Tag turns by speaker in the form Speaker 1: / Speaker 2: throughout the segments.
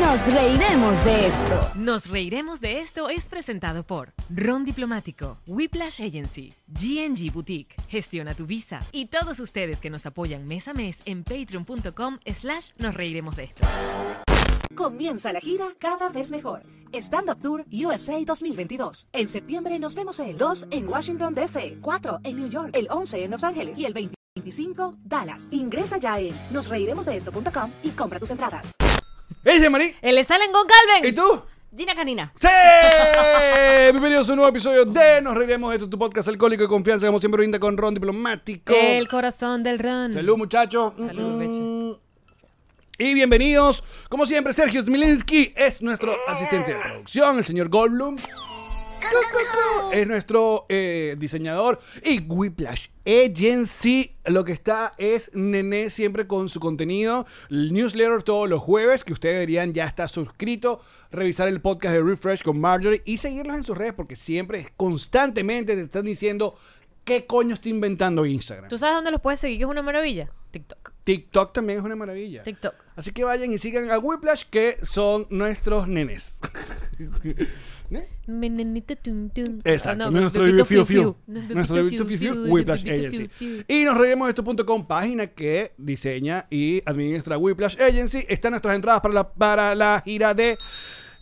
Speaker 1: Nos reiremos de esto.
Speaker 2: Nos reiremos de esto es presentado por Ron Diplomático, Whiplash Agency, GNG Boutique, Gestiona tu Visa y todos ustedes que nos apoyan mes a mes en patreon.com slash nos reiremos de esto.
Speaker 3: Comienza la gira cada vez mejor. Stand Up Tour USA 2022. En septiembre nos vemos el 2 en Washington DC, 4 en New York, el 11 en Los Ángeles y el 25 Dallas. Ingresa ya en nosreiremosdeesto.com y compra tus entradas.
Speaker 4: ¡Ese, Marí!
Speaker 2: ¡Él le salen con
Speaker 4: ¿Y
Speaker 2: Calvin!
Speaker 4: tú?
Speaker 1: Gina Canina.
Speaker 4: ¡Sí! Bienvenidos a un nuevo episodio de Nos Reiremos. Esto es tu podcast alcohólico de confianza, como siempre, brinda con Ron Diplomático.
Speaker 2: El corazón del Ron.
Speaker 4: Salud, muchachos.
Speaker 2: Salud, pecho.
Speaker 4: Y bienvenidos, como siempre, Sergio Smilinski es nuestro asistente de producción, el señor Goldblum. Es nuestro eh, diseñador y Whiplash Agency. Lo que está es Nene siempre con su contenido. El newsletter todos los jueves, que ustedes deberían ya estar suscrito. Revisar el podcast de Refresh con Marjorie y seguirlos en sus redes porque siempre, constantemente te están diciendo qué coño está inventando Instagram.
Speaker 2: ¿Tú sabes dónde los puedes seguir que es una maravilla? TikTok.
Speaker 4: TikTok también es una maravilla.
Speaker 2: TikTok.
Speaker 4: Así que vayan y sigan a Whiplash, que son nuestros nenes. ¿Ne?
Speaker 2: Menenito tum tum.
Speaker 4: Exacto,
Speaker 2: Ah, no,
Speaker 4: nuestro
Speaker 2: Pepito
Speaker 4: bebito Fiu Fiu.
Speaker 2: Pepito
Speaker 4: Nuestro bebito Fiu Fiu, Whiplash
Speaker 2: Pepito
Speaker 4: Agency.
Speaker 2: Fiu Fiu.
Speaker 4: Y nos reiremos de esto.com, página que diseña y administra Whiplash Agency. Están nuestras entradas para la, para la gira de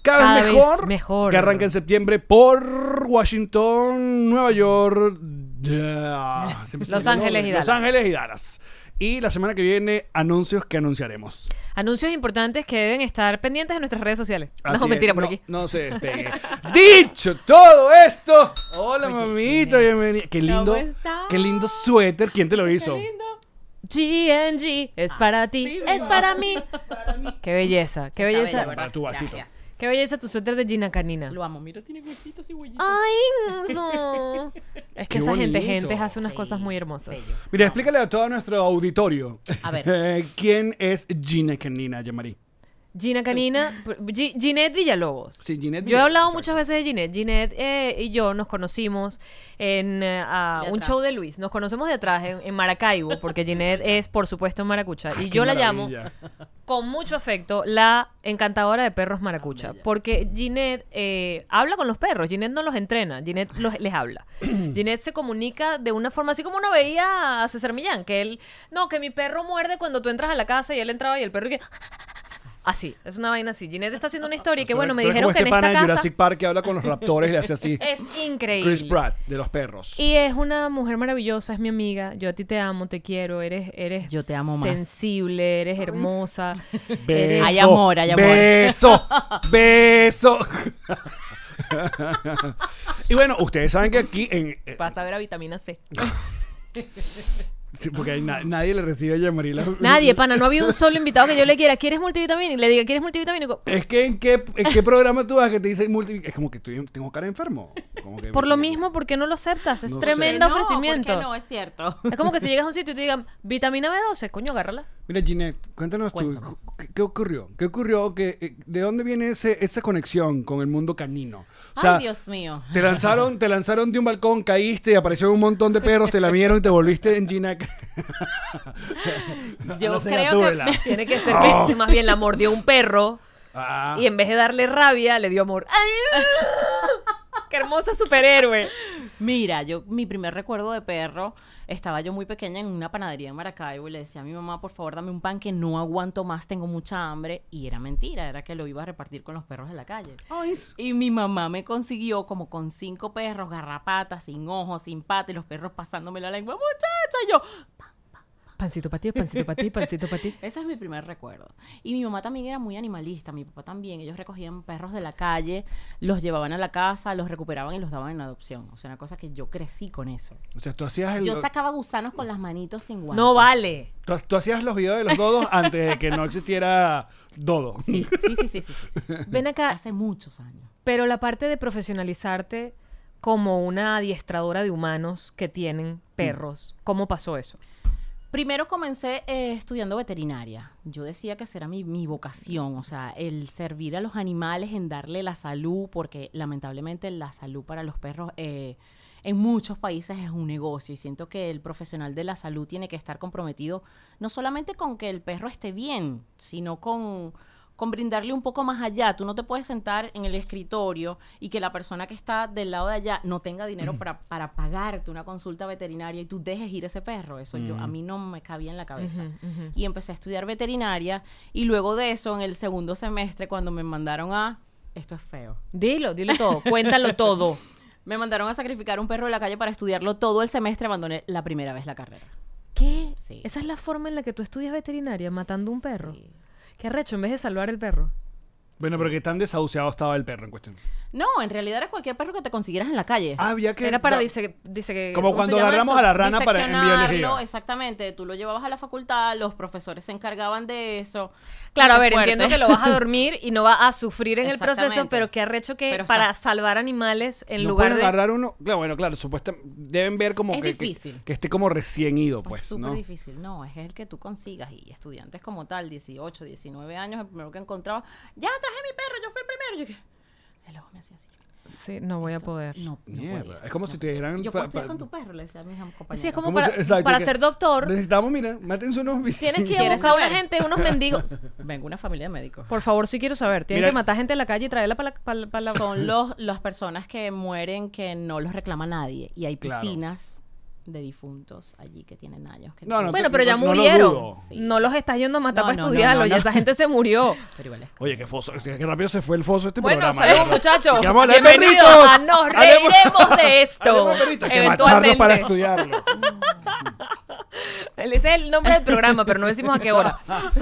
Speaker 4: Cada,
Speaker 2: Cada
Speaker 4: vez
Speaker 2: vez
Speaker 4: mejor,
Speaker 2: mejor.
Speaker 4: que arranca en septiembre por Washington, Nueva York, yeah, siempre se
Speaker 2: Los
Speaker 4: me olvida.
Speaker 2: Ángeles y Dallas.
Speaker 4: Los Ángeles y Dallas. Y la semana que viene, anuncios que anunciaremos.
Speaker 2: Anuncios importantes que deben estar pendientes de nuestras redes sociales.
Speaker 4: Así
Speaker 2: no,
Speaker 4: es,
Speaker 2: mentira, por
Speaker 4: Ah, eh, no,
Speaker 2: aquí.
Speaker 4: No se despegue. Dicho todo esto, hola
Speaker 2: Oye, nena.
Speaker 4: mamita, bienvenida. Qué
Speaker 2: ¿Cómo
Speaker 4: lindo,
Speaker 2: estás?
Speaker 4: qué lindo suéter. ¿Quién te lo hizo?
Speaker 2: GNG
Speaker 5: Ah,
Speaker 2: es para ti, es para mí. Qué belleza, qué belleza.
Speaker 4: Para tu vasito.
Speaker 2: qué belleza tu suéter de Gina Canina.
Speaker 5: Lo amo, mira, tiene huesitos y huellitos.
Speaker 2: Ay, eso. Es que
Speaker 4: Qué
Speaker 2: esa gente,
Speaker 4: bonito.
Speaker 2: gente hace unas cosas muy hermosas.
Speaker 4: Mira, explícale a todo nuestro auditorio.
Speaker 5: A ver.
Speaker 4: eh, ¿Quién es Gina Canina, Yamari?
Speaker 2: Gina Canina, Gi- Ginette Villalobos.
Speaker 4: Sí, Ginette
Speaker 2: yo he hablado
Speaker 4: Villalobos,
Speaker 2: muchas veces de Ginette. Ginette eh, y yo nos conocimos en eh, a
Speaker 5: De
Speaker 2: un
Speaker 5: atrás.
Speaker 2: show de Luis. Nos conocemos de atrás, en, en Maracaibo, porque Ginette es, por supuesto, maracucha. Y
Speaker 4: Ah, Qué
Speaker 2: yo la llamo
Speaker 4: maravilla.
Speaker 2: con mucho afecto la encantadora de perros
Speaker 4: Ah,
Speaker 2: maracucha. Porque Ginette eh, habla con los perros, Ginette no los entrena, Ginette los- les habla. Ginette se comunica de una forma así como uno veía a César Millán, que él, no, que mi perro muerde cuando tú entras a la casa y él entraba y el perro y que... Así, es una vaina así. Ginette está haciendo una historia y que bueno, me
Speaker 4: Tú eres
Speaker 2: dijeron
Speaker 4: como
Speaker 2: que en
Speaker 4: este pana
Speaker 2: esta
Speaker 4: de
Speaker 2: casa
Speaker 4: Jurassic Park que habla con los raptores y le hace así.
Speaker 2: es increíble.
Speaker 4: Chris Pratt, de los perros.
Speaker 2: Y es una mujer maravillosa, es mi amiga. Yo a ti te amo, te quiero, eres, eres
Speaker 5: Yo te amo más.
Speaker 2: sensible, eres hermosa.
Speaker 4: Beso,
Speaker 5: Hay amor, hay amor.
Speaker 4: Beso, beso. y bueno, ustedes saben que aquí en... eh,
Speaker 2: Vas a ver a vitamina C.
Speaker 4: sí, porque hay na- nadie le recibe a Yamari la-
Speaker 2: Nadie, pana, no ha habido un solo invitado que yo le quiera, ¿quieres multivitamínico? Y le diga, ¿quieres multivitamínico?
Speaker 4: Es que en qué, en qué programa tú vas que te dicen multi... Es como que estoy- tengo cara de enfermo. Como que-
Speaker 2: Por lo mismo, ¿por qué no lo aceptas? Es
Speaker 4: No sé.
Speaker 2: tremendo
Speaker 5: no,
Speaker 2: ofrecimiento.
Speaker 5: ¿por qué no, es cierto.
Speaker 2: Es como que si llegas a un sitio y te digan, vitamina B12, coño, agárrala.
Speaker 4: Mira, Ginette, cuéntanos tú, ¿qué, qué ocurrió? ¿Qué ocurrió? ¿Qué, eh, ¿De dónde viene ese, esa conexión con el mundo canino? O sea,
Speaker 5: Ay, Dios mío.
Speaker 4: Te lanzaron, te lanzaron de un balcón, caíste, aparecieron un montón de perros, te lamieron y te volviste en Gina.
Speaker 5: Yo
Speaker 4: No sé,
Speaker 5: creo
Speaker 4: Gatúbela.
Speaker 2: Tiene que ser que más bien la mordió un perro
Speaker 4: Ah.
Speaker 2: y en vez de darle rabia, le dio amor. ¡Ay! ¡Qué hermosa superhéroe!
Speaker 5: Mira, yo mi primer recuerdo de perro, estaba yo muy pequeña en una panadería en Maracaibo y le decía a mi mamá, por favor, dame un pan que no aguanto más, tengo mucha hambre. Y era mentira, era que lo iba a repartir con los perros de la calle.
Speaker 4: Ay,
Speaker 5: Y mi mamá me consiguió como con cinco perros, garrapatas, sin ojos, sin pata, y los perros pasándome la lengua, muchacha. Y yo,
Speaker 2: Pancito para ti, pancito para ti, pancito para ti.
Speaker 5: Ese es mi primer recuerdo. Y mi mamá también era muy animalista, mi papá también. Ellos recogían perros de la calle, los llevaban a la casa, los recuperaban y los daban en adopción. O sea, una cosa que yo crecí con eso.
Speaker 4: O sea, tú hacías, el-
Speaker 5: Yo sacaba gusanos con las manitos sin guantes.
Speaker 2: No vale.
Speaker 4: tú, tú hacías los videos de los dodos antes de que no existiera dodo.
Speaker 5: Sí, sí, sí, sí, sí, sí, sí.
Speaker 2: Ven acá,
Speaker 5: Hace muchos años.
Speaker 2: Pero la parte de profesionalizarte como una adiestradora de humanos que tienen perros, ¿cómo pasó eso?
Speaker 5: Primero comencé eh, estudiando veterinaria. Yo decía que esa era mi, mi vocación, o sea, el servir a los animales, en darle la salud, porque lamentablemente la salud para los perros eh, en muchos países es un negocio y siento que el profesional de la salud tiene que estar comprometido no solamente con que el perro esté bien, sino con con brindarle un poco más allá. Tú no te puedes sentar en el escritorio y que la persona que está del lado de allá no tenga dinero para, para pagarte una consulta veterinaria y tú dejes ir ese perro. Eso yo,
Speaker 2: Mm.
Speaker 5: a mí no me cabía en la cabeza. Y empecé a estudiar veterinaria y luego de eso, en el segundo semestre, cuando me mandaron a... Esto es feo.
Speaker 2: Dilo, dilo todo, cuéntalo todo.
Speaker 5: Me mandaron a sacrificar un perro de la calle para estudiarlo todo el semestre. Abandoné la primera vez la carrera.
Speaker 2: ¿Qué?
Speaker 5: Sí.
Speaker 2: Esa es la forma en la que tú estudias veterinaria, matando un perro. Qué arrecho, en vez de salvar el perro.
Speaker 4: Bueno, pero que tan desahuciado estaba el perro en cuestión. Ah,
Speaker 5: No, en realidad era cualquier perro que te consiguieras en la calle.
Speaker 4: Había que.
Speaker 2: Era para
Speaker 4: da-
Speaker 2: dice, dice que...
Speaker 4: Como
Speaker 5: ¿Cómo
Speaker 4: cuando
Speaker 5: se llama
Speaker 4: agarramos
Speaker 5: esto?
Speaker 4: a la rana para en
Speaker 5: Diseccionarlo,
Speaker 4: biología.
Speaker 5: Exactamente, tú lo llevabas a la facultad, los profesores se encargaban de eso.
Speaker 2: Claro, a
Speaker 5: Qué
Speaker 2: ver,
Speaker 5: fuerte.
Speaker 2: entiendo que lo vas a dormir y no va a sufrir en el proceso,
Speaker 5: Exactamente.
Speaker 2: pero qué arrecho que
Speaker 5: Pero está-
Speaker 2: para salvar animales en
Speaker 4: no
Speaker 2: lugar
Speaker 4: puedes
Speaker 2: de...
Speaker 4: agarrar uno. Claro, bueno, claro, supuestamente deben ver como
Speaker 5: Es
Speaker 4: que, que-
Speaker 5: difícil.
Speaker 4: que esté como recién ido,
Speaker 5: Es
Speaker 4: pues,
Speaker 5: súper
Speaker 4: ¿no?
Speaker 5: difícil, no, es el que tú consigas y estudiantes como tal, 18, 19 años, el primero que encontraba, ya traje mi perro, yo fui el primero. Yo que- y luego me hacía así.
Speaker 2: Sí, no voy a poder.
Speaker 5: No, no
Speaker 4: Mierda.
Speaker 5: podía,
Speaker 4: Es como
Speaker 5: no
Speaker 4: si te
Speaker 5: podía.
Speaker 4: dieran.
Speaker 5: Yo
Speaker 4: pa-
Speaker 5: puedo estudiar
Speaker 4: pa-
Speaker 5: con tu perro, le decía a mis compañeros.
Speaker 2: Sí, es como
Speaker 4: ¿Cómo
Speaker 2: para,
Speaker 4: se- exacto,
Speaker 2: para
Speaker 4: que-
Speaker 2: ser doctor,
Speaker 4: Necesitamos, mira, mátense unos bichos.
Speaker 2: tienes que ir a
Speaker 5: ¿Quieres
Speaker 2: buscar a una
Speaker 5: saber?
Speaker 2: gente, unos mendigos.
Speaker 5: Vengo una familia de médicos.
Speaker 2: Por favor, si quiero saber. Tienen
Speaker 4: Mira-
Speaker 2: que matar gente en la calle y traerla para la... pa' la- pa' la-
Speaker 5: Son los, las personas que mueren que no los reclama nadie. Y hay
Speaker 4: Claro.
Speaker 5: piscinas de difuntos allí que tienen años. Que
Speaker 4: No, no,
Speaker 2: Bueno,
Speaker 4: te-
Speaker 2: pero ya
Speaker 4: no- no lo
Speaker 2: murieron.
Speaker 4: dudo.
Speaker 5: Sí.
Speaker 2: No los estás yendo a matar
Speaker 5: No,
Speaker 2: para
Speaker 5: no, no,
Speaker 2: estudiarlo.
Speaker 5: no,
Speaker 2: Ya
Speaker 5: no.
Speaker 2: esa gente se murió.
Speaker 5: Pero igual es como-
Speaker 4: Oye, qué foso, qué rápido se fue el foso este
Speaker 2: Bueno,
Speaker 4: programa.
Speaker 2: saludos
Speaker 4: ¿verdad?
Speaker 2: muchachos.
Speaker 4: Que vamos a hablar de
Speaker 2: Bienvenidos
Speaker 4: perritos.
Speaker 2: a Nos
Speaker 4: Hablemos-
Speaker 2: Reiremos de esto.
Speaker 4: Hablemos de perritos. Hay que matarlo
Speaker 2: Eventualmente.
Speaker 4: para estudiarlo.
Speaker 2: Ese es el nombre del programa, pero no decimos a qué hora.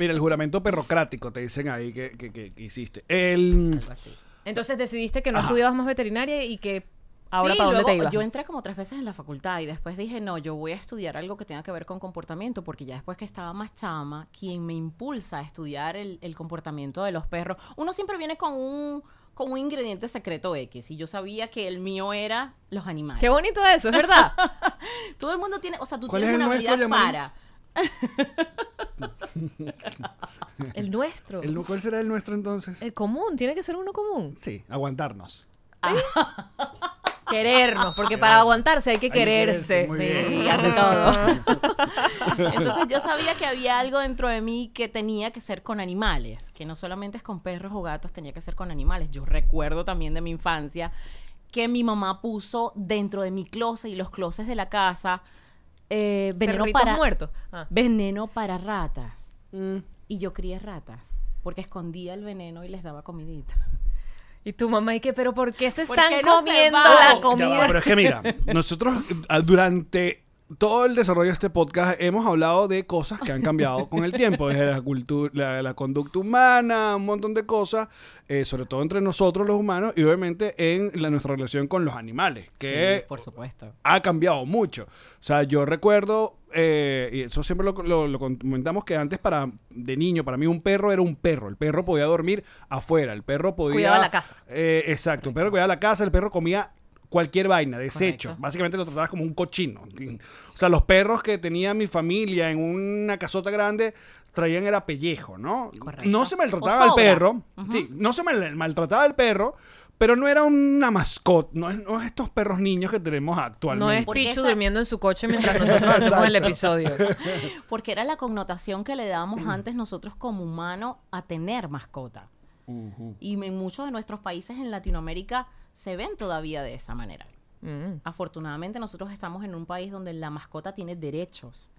Speaker 4: Mira, el juramento perrocrático te dicen ahí que, que- que- que hiciste. El,
Speaker 5: algo así.
Speaker 2: Entonces decidiste que no estudiabas más veterinaria y que ahora
Speaker 5: Sí,
Speaker 2: para dónde
Speaker 5: luego
Speaker 2: te ibas.
Speaker 5: Yo entré como tres veces en la facultad y después dije, no, yo voy a estudiar algo que tenga que ver con comportamiento, porque ya después que estaba más chama, quien me impulsa a estudiar el, el comportamiento de los perros, uno siempre viene con un, con un ingrediente secreto X, y yo sabía que el mío era los animales.
Speaker 2: Qué bonito eso, es verdad.
Speaker 5: Todo el mundo tiene, o sea, tú
Speaker 4: ¿Cuál
Speaker 5: tienes
Speaker 4: es el
Speaker 5: una
Speaker 4: nuestro,
Speaker 5: habilidad
Speaker 4: Yamari?
Speaker 5: para.
Speaker 2: El nuestro.
Speaker 4: el-
Speaker 2: El,
Speaker 4: ¿Cuál será el nuestro entonces?
Speaker 2: común, tiene que ser uno común.
Speaker 4: Sí, aguantarnos.
Speaker 2: Querernos, porque para aguantarse hay que
Speaker 4: que quererse,
Speaker 2: quererse.
Speaker 4: muy
Speaker 2: Sí,
Speaker 4: bien.
Speaker 2: ante todo.
Speaker 5: Entonces yo sabía que había algo dentro de mí que tenía que ser con animales, que no solamente es con perros o gatos, tenía que ser con animales. Yo recuerdo también de mi infancia que mi mamá puso dentro de mi closet y los closets de la casa eh, veneno
Speaker 2: Perritos
Speaker 5: para
Speaker 2: muertos. Ah.
Speaker 5: veneno para ratas.
Speaker 2: Mm.
Speaker 5: Y yo crié ratas porque escondía el veneno y les daba comidita.
Speaker 2: Y tu mamá, y que, pero ¿por qué se
Speaker 5: ¿Por
Speaker 2: están
Speaker 5: qué no se
Speaker 2: comiendo
Speaker 5: van?
Speaker 2: la
Speaker 5: Ya
Speaker 4: Ya va,
Speaker 2: comida?
Speaker 4: pero es que mira, nosotros eh, durante todo el desarrollo de este podcast hemos hablado de cosas que han cambiado con el tiempo, desde la cultura, la, la conducta humana, un montón de cosas, eh, sobre todo entre nosotros los humanos y obviamente en la- nuestra relación con los animales, que
Speaker 5: Sí, por supuesto.
Speaker 4: ha cambiado mucho. O sea, yo recuerdo, eh, y eso siempre lo, lo- lo comentamos, que antes para de niño, para mí un perro era un perro. El perro podía dormir afuera, el perro podía...
Speaker 2: Cuidaba la casa.
Speaker 4: Eh, exacto, el perro cuidaba la casa, el perro comía cualquier vaina, desecho.
Speaker 5: Correcto.
Speaker 4: Básicamente lo tratabas como un cochino. O sea, los perros que tenía mi familia en una casota grande traían era pellejo, ¿no?
Speaker 5: Correcto.
Speaker 4: No se maltrataba
Speaker 5: O
Speaker 4: al
Speaker 5: sobras.
Speaker 4: perro. Sí, no se mal- maltrataba al perro. Pero no era una mascota, no es, no es estos perros niños que tenemos
Speaker 2: No
Speaker 4: actualmente.
Speaker 2: es
Speaker 5: Porque
Speaker 2: Pichu
Speaker 5: esa-
Speaker 2: durmiendo en su coche mientras nosotros hacemos el episodio.
Speaker 5: Porque era la connotación que le dábamos antes nosotros como humano a tener mascota. Y en muchos de nuestros países en Latinoamérica se ven todavía de esa manera.
Speaker 2: Mm.
Speaker 5: Afortunadamente nosotros estamos en un país donde la mascota tiene derechos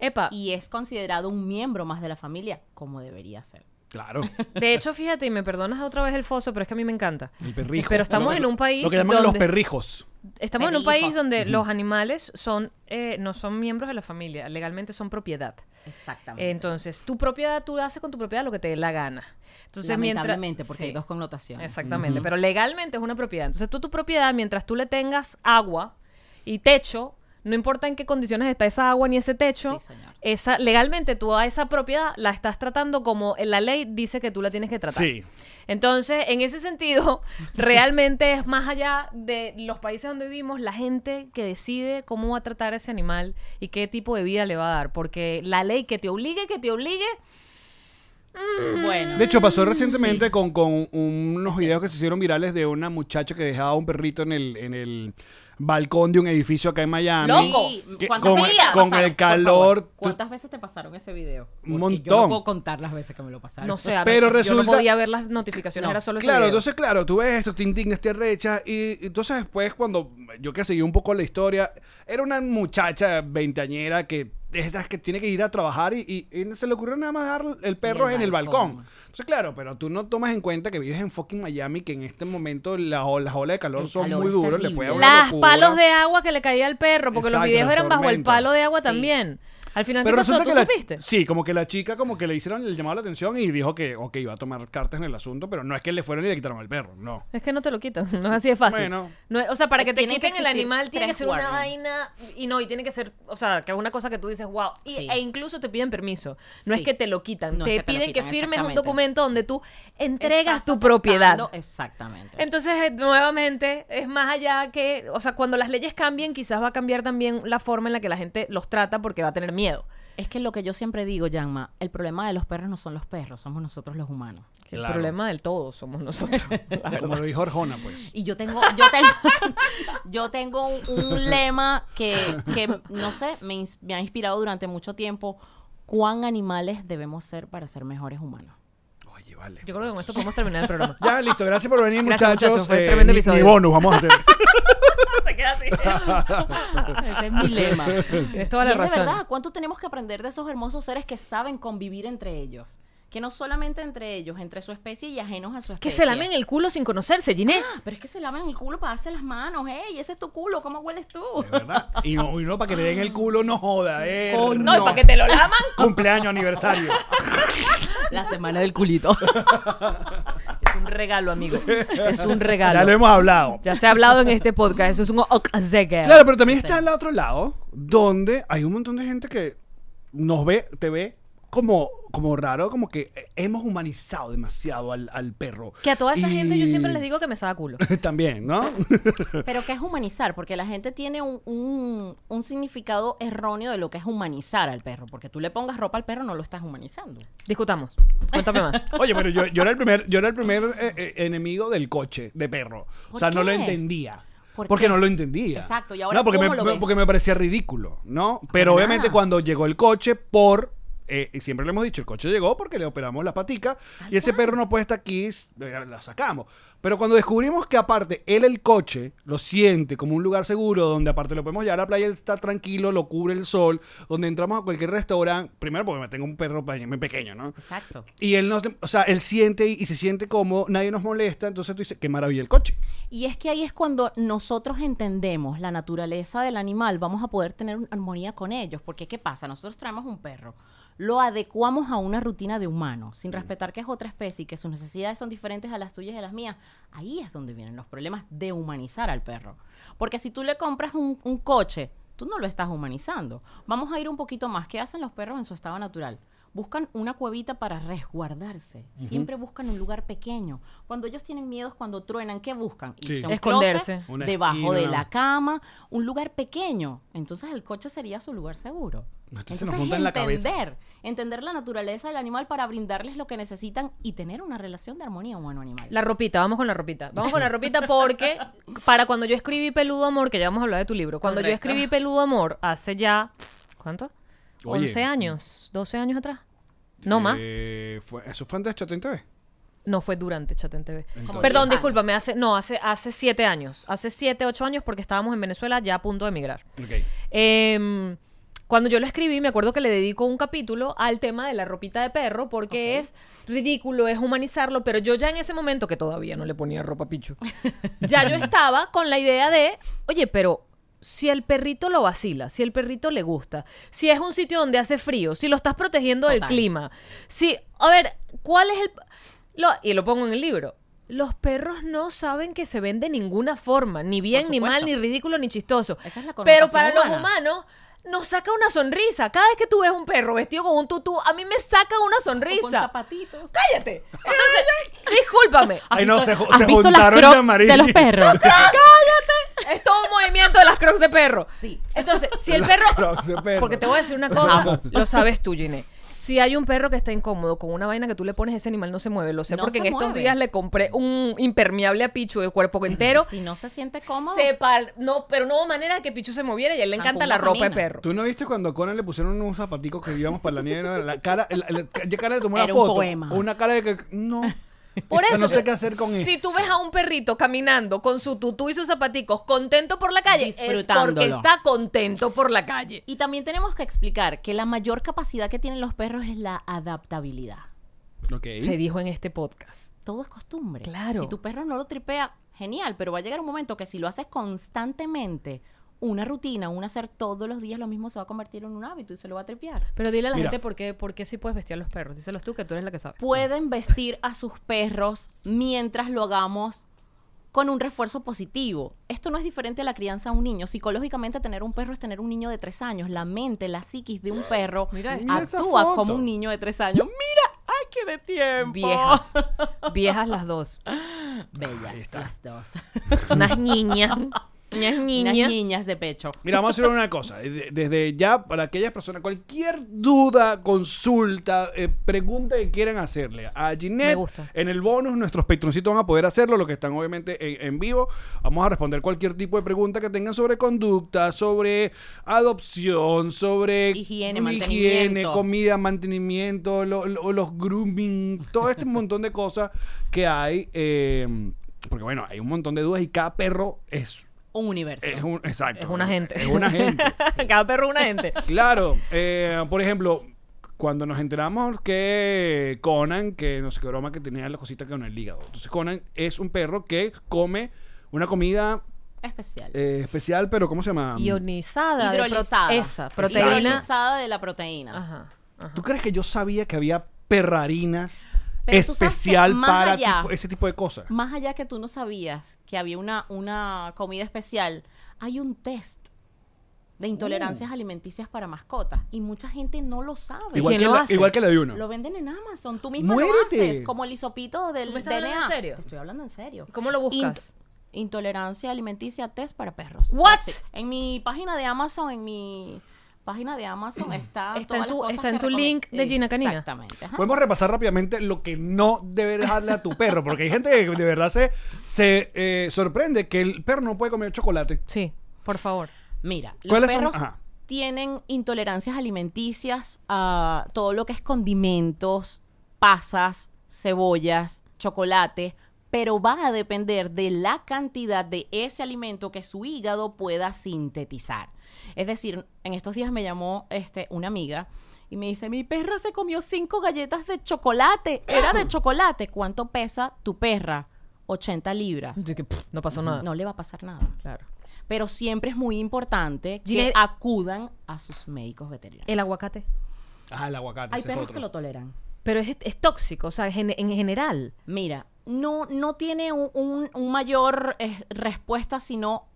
Speaker 2: Epa,
Speaker 5: y es considerado un miembro más de la familia, como debería ser.
Speaker 4: Claro.
Speaker 2: de hecho, fíjate, y me perdonas otra vez el foso, pero es que a mí me encanta.
Speaker 4: El perrijo.
Speaker 2: Pero estamos
Speaker 4: Lo que-
Speaker 2: en un país
Speaker 4: Lo que llaman los
Speaker 2: donde-
Speaker 4: perrijos.
Speaker 2: Estamos en un país
Speaker 5: Perrijos.
Speaker 2: donde los animales son eh, no son miembros de la familia, legalmente son propiedad.
Speaker 5: Exactamente.
Speaker 2: Entonces, tu propiedad, tú haces con tu propiedad lo que te dé la gana. Entonces, mientras-
Speaker 5: Lamentablemente, porque
Speaker 2: Sí.
Speaker 5: hay dos connotaciones.
Speaker 2: Exactamente, pero legalmente es una propiedad. Entonces tú tu propiedad, mientras tú le tengas agua y techo, no importa en qué condiciones está esa agua ni ese techo,
Speaker 5: Sí, señor.
Speaker 2: esa, legalmente tú a esa propiedad la estás tratando como la ley dice que tú la tienes que tratar.
Speaker 4: Sí.
Speaker 2: Entonces, en ese sentido, realmente es más allá de los países donde vivimos, la gente que decide cómo va a tratar a ese animal y qué tipo de vida le va a dar. Porque la ley que te obligue, que te obligue,
Speaker 5: Bueno,
Speaker 4: Mm. De hecho,
Speaker 2: Mm,
Speaker 4: pasó recientemente con, con unos videos que se hicieron virales de una muchacha que dejaba un perrito en el, en el balcón de un edificio acá en Miami.
Speaker 2: Loco.
Speaker 4: Que-
Speaker 5: Sí,
Speaker 4: con-
Speaker 5: veces te
Speaker 4: con
Speaker 5: pasaron?
Speaker 4: el
Speaker 5: Por favor,
Speaker 4: calor, tú-
Speaker 5: ¿Cuántas veces te pasaron ese video? Porque Yo
Speaker 4: Montón.
Speaker 5: no puedo contar las veces que me lo pasaron.
Speaker 2: No sé, a
Speaker 4: Pero
Speaker 2: ver, yo
Speaker 4: resulta-
Speaker 2: no podía ver las notificaciones,
Speaker 5: No.
Speaker 2: era solo ese
Speaker 4: Claro,
Speaker 2: video.
Speaker 4: entonces, claro, tú ves esto, te indignas, te rechas. Y entonces, después, cuando yo que seguí un poco la historia, era una muchacha veinteañera que es estas que tiene que ir a trabajar y, y- y se le ocurrió nada más dar el perro
Speaker 5: el
Speaker 4: en el balcón.
Speaker 5: balcón.
Speaker 4: Entonces, claro, pero tú no tomas en cuenta que vives en fucking Miami, que en este momento la o- las olas de calor
Speaker 5: El
Speaker 4: son
Speaker 5: calor
Speaker 4: muy
Speaker 5: es
Speaker 4: duras, le
Speaker 5: terrible.
Speaker 4: puede dar una
Speaker 2: Las
Speaker 4: locura.
Speaker 2: palos de agua que le caía al perro, porque los
Speaker 4: Exacto,
Speaker 2: videos eran bajo el
Speaker 4: tormenta.
Speaker 2: palo de agua
Speaker 5: Sí.
Speaker 2: también. Al final, ¿qué
Speaker 4: Pero
Speaker 2: pasó?
Speaker 4: resulta
Speaker 2: ¿Tú
Speaker 4: que la-
Speaker 2: supiste?
Speaker 4: sí, como que la chica como que le hicieron el llamado a la atención y dijo que, ok, iba a tomar cartas en el asunto, pero no es que le fueron y le quitaron el perro, no.
Speaker 2: Es que no te lo quitan, no es así de fácil.
Speaker 4: Bueno.
Speaker 2: No es- o sea, para que te
Speaker 5: Tienen que
Speaker 2: quiten el
Speaker 5: existir
Speaker 2: animal tiene que
Speaker 5: tres
Speaker 2: ser una
Speaker 5: warnings.
Speaker 2: vaina y no, y tiene que ser, o sea, que es una cosa que tú dices, wow, y,
Speaker 5: Sí.
Speaker 2: e incluso te piden permiso. No es
Speaker 5: Sí.
Speaker 2: que te lo quitan,
Speaker 5: No
Speaker 2: te
Speaker 5: es que te lo
Speaker 2: piden que
Speaker 5: quitan,
Speaker 2: firmes un
Speaker 5: exactamente.
Speaker 2: documento donde tú entregas
Speaker 5: Estás
Speaker 2: tu
Speaker 5: aceptando-
Speaker 2: propiedad.
Speaker 5: Exactamente.
Speaker 2: Entonces, eh, nuevamente, es más allá que, o sea, cuando las leyes cambien, quizás va a cambiar también la forma en la que la gente los trata porque va a tener miedo.
Speaker 5: Es que lo que yo siempre digo, Yanma, el problema de los perros no son los perros, somos nosotros los humanos.
Speaker 2: El
Speaker 4: Claro.
Speaker 2: problema del todo somos nosotros. la
Speaker 4: Como
Speaker 2: verdad.
Speaker 4: lo dijo Arjona, pues.
Speaker 5: Y yo tengo, yo tengo, yo tengo un, un lema que, que, no sé, me, ins- me ha inspirado durante mucho tiempo. ¿Cuán animales debemos ser para ser mejores humanos?
Speaker 4: Oye, vale.
Speaker 2: Yo creo que con esto podemos terminar el programa.
Speaker 4: Ya, listo. Gracias por venir,
Speaker 2: Gracias,
Speaker 4: muchachos. Eh,
Speaker 2: muchachos, fue tremendo
Speaker 4: mi-
Speaker 2: episodio.
Speaker 4: Mi bonus, vamos a hacer.
Speaker 2: Se queda así.
Speaker 5: Ese es mi lema.
Speaker 2: Tienes toda la
Speaker 5: Y es
Speaker 2: razón.
Speaker 5: De verdad, ¿cuánto tenemos que aprender de esos hermosos seres que saben convivir entre ellos? Que no solamente entre ellos, entre su especie y ajenos a su
Speaker 2: Que
Speaker 5: especie.
Speaker 2: se
Speaker 5: Ah,
Speaker 2: lamen el culo sin conocerse, Giné.
Speaker 5: Pero es que se lamen el culo para darse las manos. ¡Ey, ese es tu culo! ¿Cómo hueles tú?
Speaker 4: De verdad. Y no, y no, para que le den el culo, no joda, eh.
Speaker 2: Oh, No, y para que te lo laman.
Speaker 4: Cumpleaños, aniversario.
Speaker 5: La semana del culito.
Speaker 2: Es un regalo, amigo. Es un
Speaker 4: Ya lo
Speaker 2: regalo.
Speaker 4: hemos hablado.
Speaker 2: Ya se ha hablado en este podcast. Eso es un okzeke.
Speaker 4: Claro, pero también está el otro lado, donde hay un montón de gente que nos ve, te ve como, como raro, como que hemos humanizado demasiado al, al perro.
Speaker 2: Que a toda esa
Speaker 4: Y-
Speaker 2: gente yo siempre les digo que me saca culo.
Speaker 4: también, ¿no?
Speaker 5: Pero ¿qué es humanizar? Porque la gente tiene un, un- un significado erróneo de lo que es humanizar al perro. Porque tú le pongas ropa al perro, no lo estás humanizando.
Speaker 2: Discutamos. Cuéntame más.
Speaker 4: Oye, pero yo, yo era el primer, yo era el primer eh, eh, enemigo del coche de perro. O
Speaker 5: ¿Por
Speaker 4: sea, no lo
Speaker 5: qué?
Speaker 4: entendía.
Speaker 5: ¿Por
Speaker 4: porque
Speaker 5: qué?
Speaker 4: no lo entendía.
Speaker 5: Exacto, ¿y ahora
Speaker 4: no, porque
Speaker 5: cómo
Speaker 4: me,
Speaker 5: lo
Speaker 4: me-
Speaker 5: ves? Ah,
Speaker 4: porque me parecía ridículo, ¿no? Pero
Speaker 5: Para
Speaker 4: obviamente
Speaker 5: nada.
Speaker 4: cuando llegó el coche, por. eh, y siempre le hemos dicho, el coche llegó porque le operamos la patica y ese perro no puede estar aquí, s- la la sacamos. Pero cuando descubrimos que aparte él el coche lo siente como un lugar seguro, donde aparte lo podemos llevar a la playa, él está tranquilo, lo cubre el sol, donde entramos a cualquier restaurante, primero porque tengo un perro pe- muy pequeño, ¿no?
Speaker 5: Exacto.
Speaker 4: Y él no, o sea, él siente y, y se siente como nadie nos molesta, entonces tú dices, qué maravilla el coche.
Speaker 5: Y es que ahí es cuando nosotros entendemos la naturaleza del animal, vamos a poder tener una armonía con ellos. Porque ¿qué pasa? Nosotros traemos un perro, lo adecuamos a una rutina de humano, sin respetar que es otra especie y que sus necesidades son diferentes a las tuyas y a las mías. Ahí es donde vienen los problemas de humanizar al perro. Porque si tú le compras un, un coche, tú no lo estás humanizando. Vamos a ir un poquito más. ¿Qué hacen los perros en su estado natural? Buscan una cuevita para resguardarse. Siempre buscan un lugar pequeño. Cuando ellos tienen miedos, cuando truenan, ¿qué buscan?
Speaker 4: Sí.
Speaker 5: Irse a un
Speaker 2: Esconderse.
Speaker 5: closet,
Speaker 4: Una
Speaker 5: debajo de
Speaker 4: esquina.
Speaker 5: la cama, un lugar pequeño. Entonces el coche sería su lugar seguro.
Speaker 4: Entonces se
Speaker 5: Entonces
Speaker 4: nos monta en la cabeza.
Speaker 5: entender, entender la naturaleza del animal para brindarles lo que necesitan y tener una relación de armonía humano-animal.
Speaker 2: La ropita, vamos con la ropita. Vamos con la ropita porque para cuando yo escribí Peludo Amor, que ya vamos a hablar de tu libro, cuando yo
Speaker 5: Correcto.
Speaker 2: escribí Peludo Amor hace ya, ¿cuánto?
Speaker 4: Oye.
Speaker 2: 11 años, 12 años atrás. No más.
Speaker 4: Eh, fue- eso fue antes de Chatén TV.
Speaker 2: No fue durante Chat en TV.
Speaker 5: Entonces-
Speaker 2: Perdón,
Speaker 5: Diez
Speaker 2: discúlpame, hace, no, hace, hace siete años. Hace siete, ocho años porque estábamos en Venezuela ya a punto de emigrar.
Speaker 4: Ok.
Speaker 2: Em, cuando yo lo escribí, me acuerdo que le dedico un capítulo al tema de la ropita de perro, porque es ridículo, es humanizarlo, pero yo ya en ese momento, que todavía no le ponía ropa a Pichu, ya yo estaba con la idea de, oye, pero si el perrito lo vacila, si el perrito le gusta, si es un sitio donde hace frío, si lo estás protegiendo del
Speaker 5: Total.
Speaker 2: clima, si, a ver, ¿cuál es el... lo- y lo pongo en el libro. Los perros no saben que se ven de ninguna forma, ni bien, ni mal,
Speaker 5: supuesto.
Speaker 2: ni ridículo, ni chistoso.
Speaker 5: Esa es la
Speaker 2: Pero
Speaker 5: connotación
Speaker 2: para los
Speaker 5: humana.
Speaker 2: humanos nos saca una sonrisa. Cada vez que tú ves un perro vestido con un tutú, a mí me saca una
Speaker 5: O Con
Speaker 2: sonrisa.
Speaker 5: zapatitos.
Speaker 2: Cállate. Entonces, discúlpame.
Speaker 4: Ay, no, se,
Speaker 5: ¿Has
Speaker 4: se
Speaker 5: visto las
Speaker 4: juntaron
Speaker 5: crocs
Speaker 4: de amarillo.
Speaker 5: de los perros?
Speaker 2: Es todo un movimiento de las crocs de perro.
Speaker 5: Sí.
Speaker 2: Entonces, si el perro...
Speaker 4: Crocs de perro.
Speaker 2: Porque te voy a decir una cosa, lo sabes tú, Giné. Si hay un perro que está incómodo con una vaina que tú le pones, ese animal no se mueve. Lo sé
Speaker 5: No
Speaker 2: porque en
Speaker 5: se
Speaker 2: estos
Speaker 5: mueve.
Speaker 2: días le compré un impermeable a Pichu de cuerpo entero.
Speaker 5: Si no se siente cómodo,
Speaker 2: Se par- no, pero no hubo manera de que Pichu se moviera y a él le encanta
Speaker 5: Tampoco
Speaker 2: la ropa de
Speaker 5: camina.
Speaker 2: perro.
Speaker 4: ¿Tú no viste cuando a Conan le pusieron unos zapaticos que íbamos para la nieve? La cara, el- el- ya cara le tomó la
Speaker 5: Era un
Speaker 4: foto.
Speaker 5: poema.
Speaker 4: Una cara de que no.
Speaker 2: Por eso,
Speaker 4: no sé qué hacer con
Speaker 2: si
Speaker 4: eso.
Speaker 2: tú ves a un perrito caminando con su tutú y sus zapaticos contento por la calle, es porque
Speaker 5: Disfrutándolo.
Speaker 2: está contento por la calle.
Speaker 5: Y también tenemos que explicar que la mayor capacidad que tienen los perros es la adaptabilidad.
Speaker 4: Ok.
Speaker 2: Se dijo en este podcast.
Speaker 5: Todo es costumbre.
Speaker 2: Claro.
Speaker 5: Si tu perro no lo tripea, genial, pero va a llegar un momento que si lo haces constantemente, una rutina, un hacer todos los días lo mismo se va a convertir en un hábito y se lo va a tripear.
Speaker 2: Pero dile a la
Speaker 4: Mira.
Speaker 2: gente por qué, por qué sí puedes vestir a los perros. Díselos tú, que tú eres la que sabe.
Speaker 5: Pueden vestir a sus perros mientras lo hagamos con un refuerzo positivo. Esto no es diferente a la crianza de un niño. Psicológicamente tener un perro es tener un niño de tres años. La mente, la psiquis de un perro
Speaker 2: Mira esto.
Speaker 4: Mira esa foto.
Speaker 5: actúa como un niño de tres años. Mira, ay, qué de tiempo.
Speaker 2: Viejas. Viejas las dos.
Speaker 5: Bellas las dos.
Speaker 2: Unas niñas. Unas
Speaker 5: Unas
Speaker 2: niñas.
Speaker 5: niñas de pecho.
Speaker 4: Mira, vamos a hacer una cosa. De- Desde ya, para aquellas personas, cualquier duda, consulta, eh, pregunta que quieran hacerle a
Speaker 2: Me
Speaker 4: Ginette,
Speaker 2: gusta.
Speaker 4: en el bonus, nuestros patroncitos van a poder hacerlo, los que están obviamente en, en vivo. Vamos a responder cualquier tipo de pregunta que tengan sobre conducta, sobre adopción, sobre
Speaker 5: Higiene,
Speaker 4: higiene,
Speaker 5: mantenimiento.
Speaker 4: comida, mantenimiento, lo- lo- los grooming, todo este montón de cosas que hay. eh, porque bueno, hay un montón de dudas y cada perro es
Speaker 5: Un universo.
Speaker 4: es un, exacto.
Speaker 2: Es una gente.
Speaker 4: Es una gente.
Speaker 2: Cada perro una gente.
Speaker 4: claro. eh, por ejemplo, cuando nos enteramos que Conan, que no sé qué broma, que tenía la cosita con el hígado. Entonces, Conan es un perro que come una comida
Speaker 5: Especial.
Speaker 4: eh, especial, pero ¿cómo se llama?
Speaker 2: Ionizada. de pro-
Speaker 5: Hidrolizada.
Speaker 2: Esa, proteína.
Speaker 5: Hidrolizada de la proteína.
Speaker 2: Ajá. ajá.
Speaker 4: ¿Tú crees que yo sabía que había perrarina
Speaker 5: Pero tú sabes que
Speaker 4: especial
Speaker 5: más
Speaker 4: para
Speaker 5: allá-
Speaker 4: tipo- ese tipo de cosas?
Speaker 5: Más allá que tú no sabías que había una, una comida especial, hay un test de intolerancias
Speaker 2: Mm.
Speaker 5: alimenticias para mascotas y mucha gente no lo sabe.
Speaker 4: Igual
Speaker 2: quién
Speaker 4: que,
Speaker 2: lo
Speaker 4: la,
Speaker 2: hace?
Speaker 4: igual que la de uno.
Speaker 5: Lo venden en Amazon, tú mismo lo
Speaker 4: ¡Muérete!
Speaker 5: haces, como el hisopito del
Speaker 2: ¿Tú me estás
Speaker 5: DNA.
Speaker 2: hablando en serio?
Speaker 5: Te estoy hablando en serio.
Speaker 2: ¿Cómo lo buscas?
Speaker 5: In- intolerancia alimenticia test para perros.
Speaker 2: What?
Speaker 5: Así. En mi página de Amazon, en mi página de Amazon está
Speaker 2: Mm. Está
Speaker 5: todas
Speaker 2: en tu-
Speaker 5: las cosas
Speaker 2: está en
Speaker 5: que
Speaker 2: tu link de Gina Canina.
Speaker 5: Exactamente. ajá.
Speaker 4: Podemos repasar rápidamente lo que no debe dejarle a tu perro, porque hay gente que de verdad se, se eh, sorprende que el perro no puede comer chocolate.
Speaker 2: Sí, por favor.
Speaker 5: Mira, los
Speaker 4: ¿Cuáles son?
Speaker 5: perros
Speaker 4: Ajá.
Speaker 5: tienen intolerancias alimenticias a todo lo que es condimentos, pasas, cebollas, chocolate, pero va a depender de la cantidad de ese alimento que su hígado pueda sintetizar. Es decir, en estos días me llamó este, una amiga y me dice, mi perra se comió cinco galletas de chocolate. Era de chocolate. ¿Cuánto pesa tu perra? 80 libras.
Speaker 2: Yo que, pff, no pasó nada.
Speaker 5: No le va a pasar nada. Claro. Pero siempre es muy importante que
Speaker 2: Ginette-
Speaker 5: acudan a sus médicos veterinarios.
Speaker 2: El aguacate.
Speaker 4: Ah, el aguacate.
Speaker 5: Hay
Speaker 4: ese es
Speaker 5: perros
Speaker 4: otro.
Speaker 5: que lo toleran.
Speaker 2: Pero es, es tóxico, o sea, gen- en general.
Speaker 5: Mira, no, no tiene un, un- un mayor eh, respuesta sino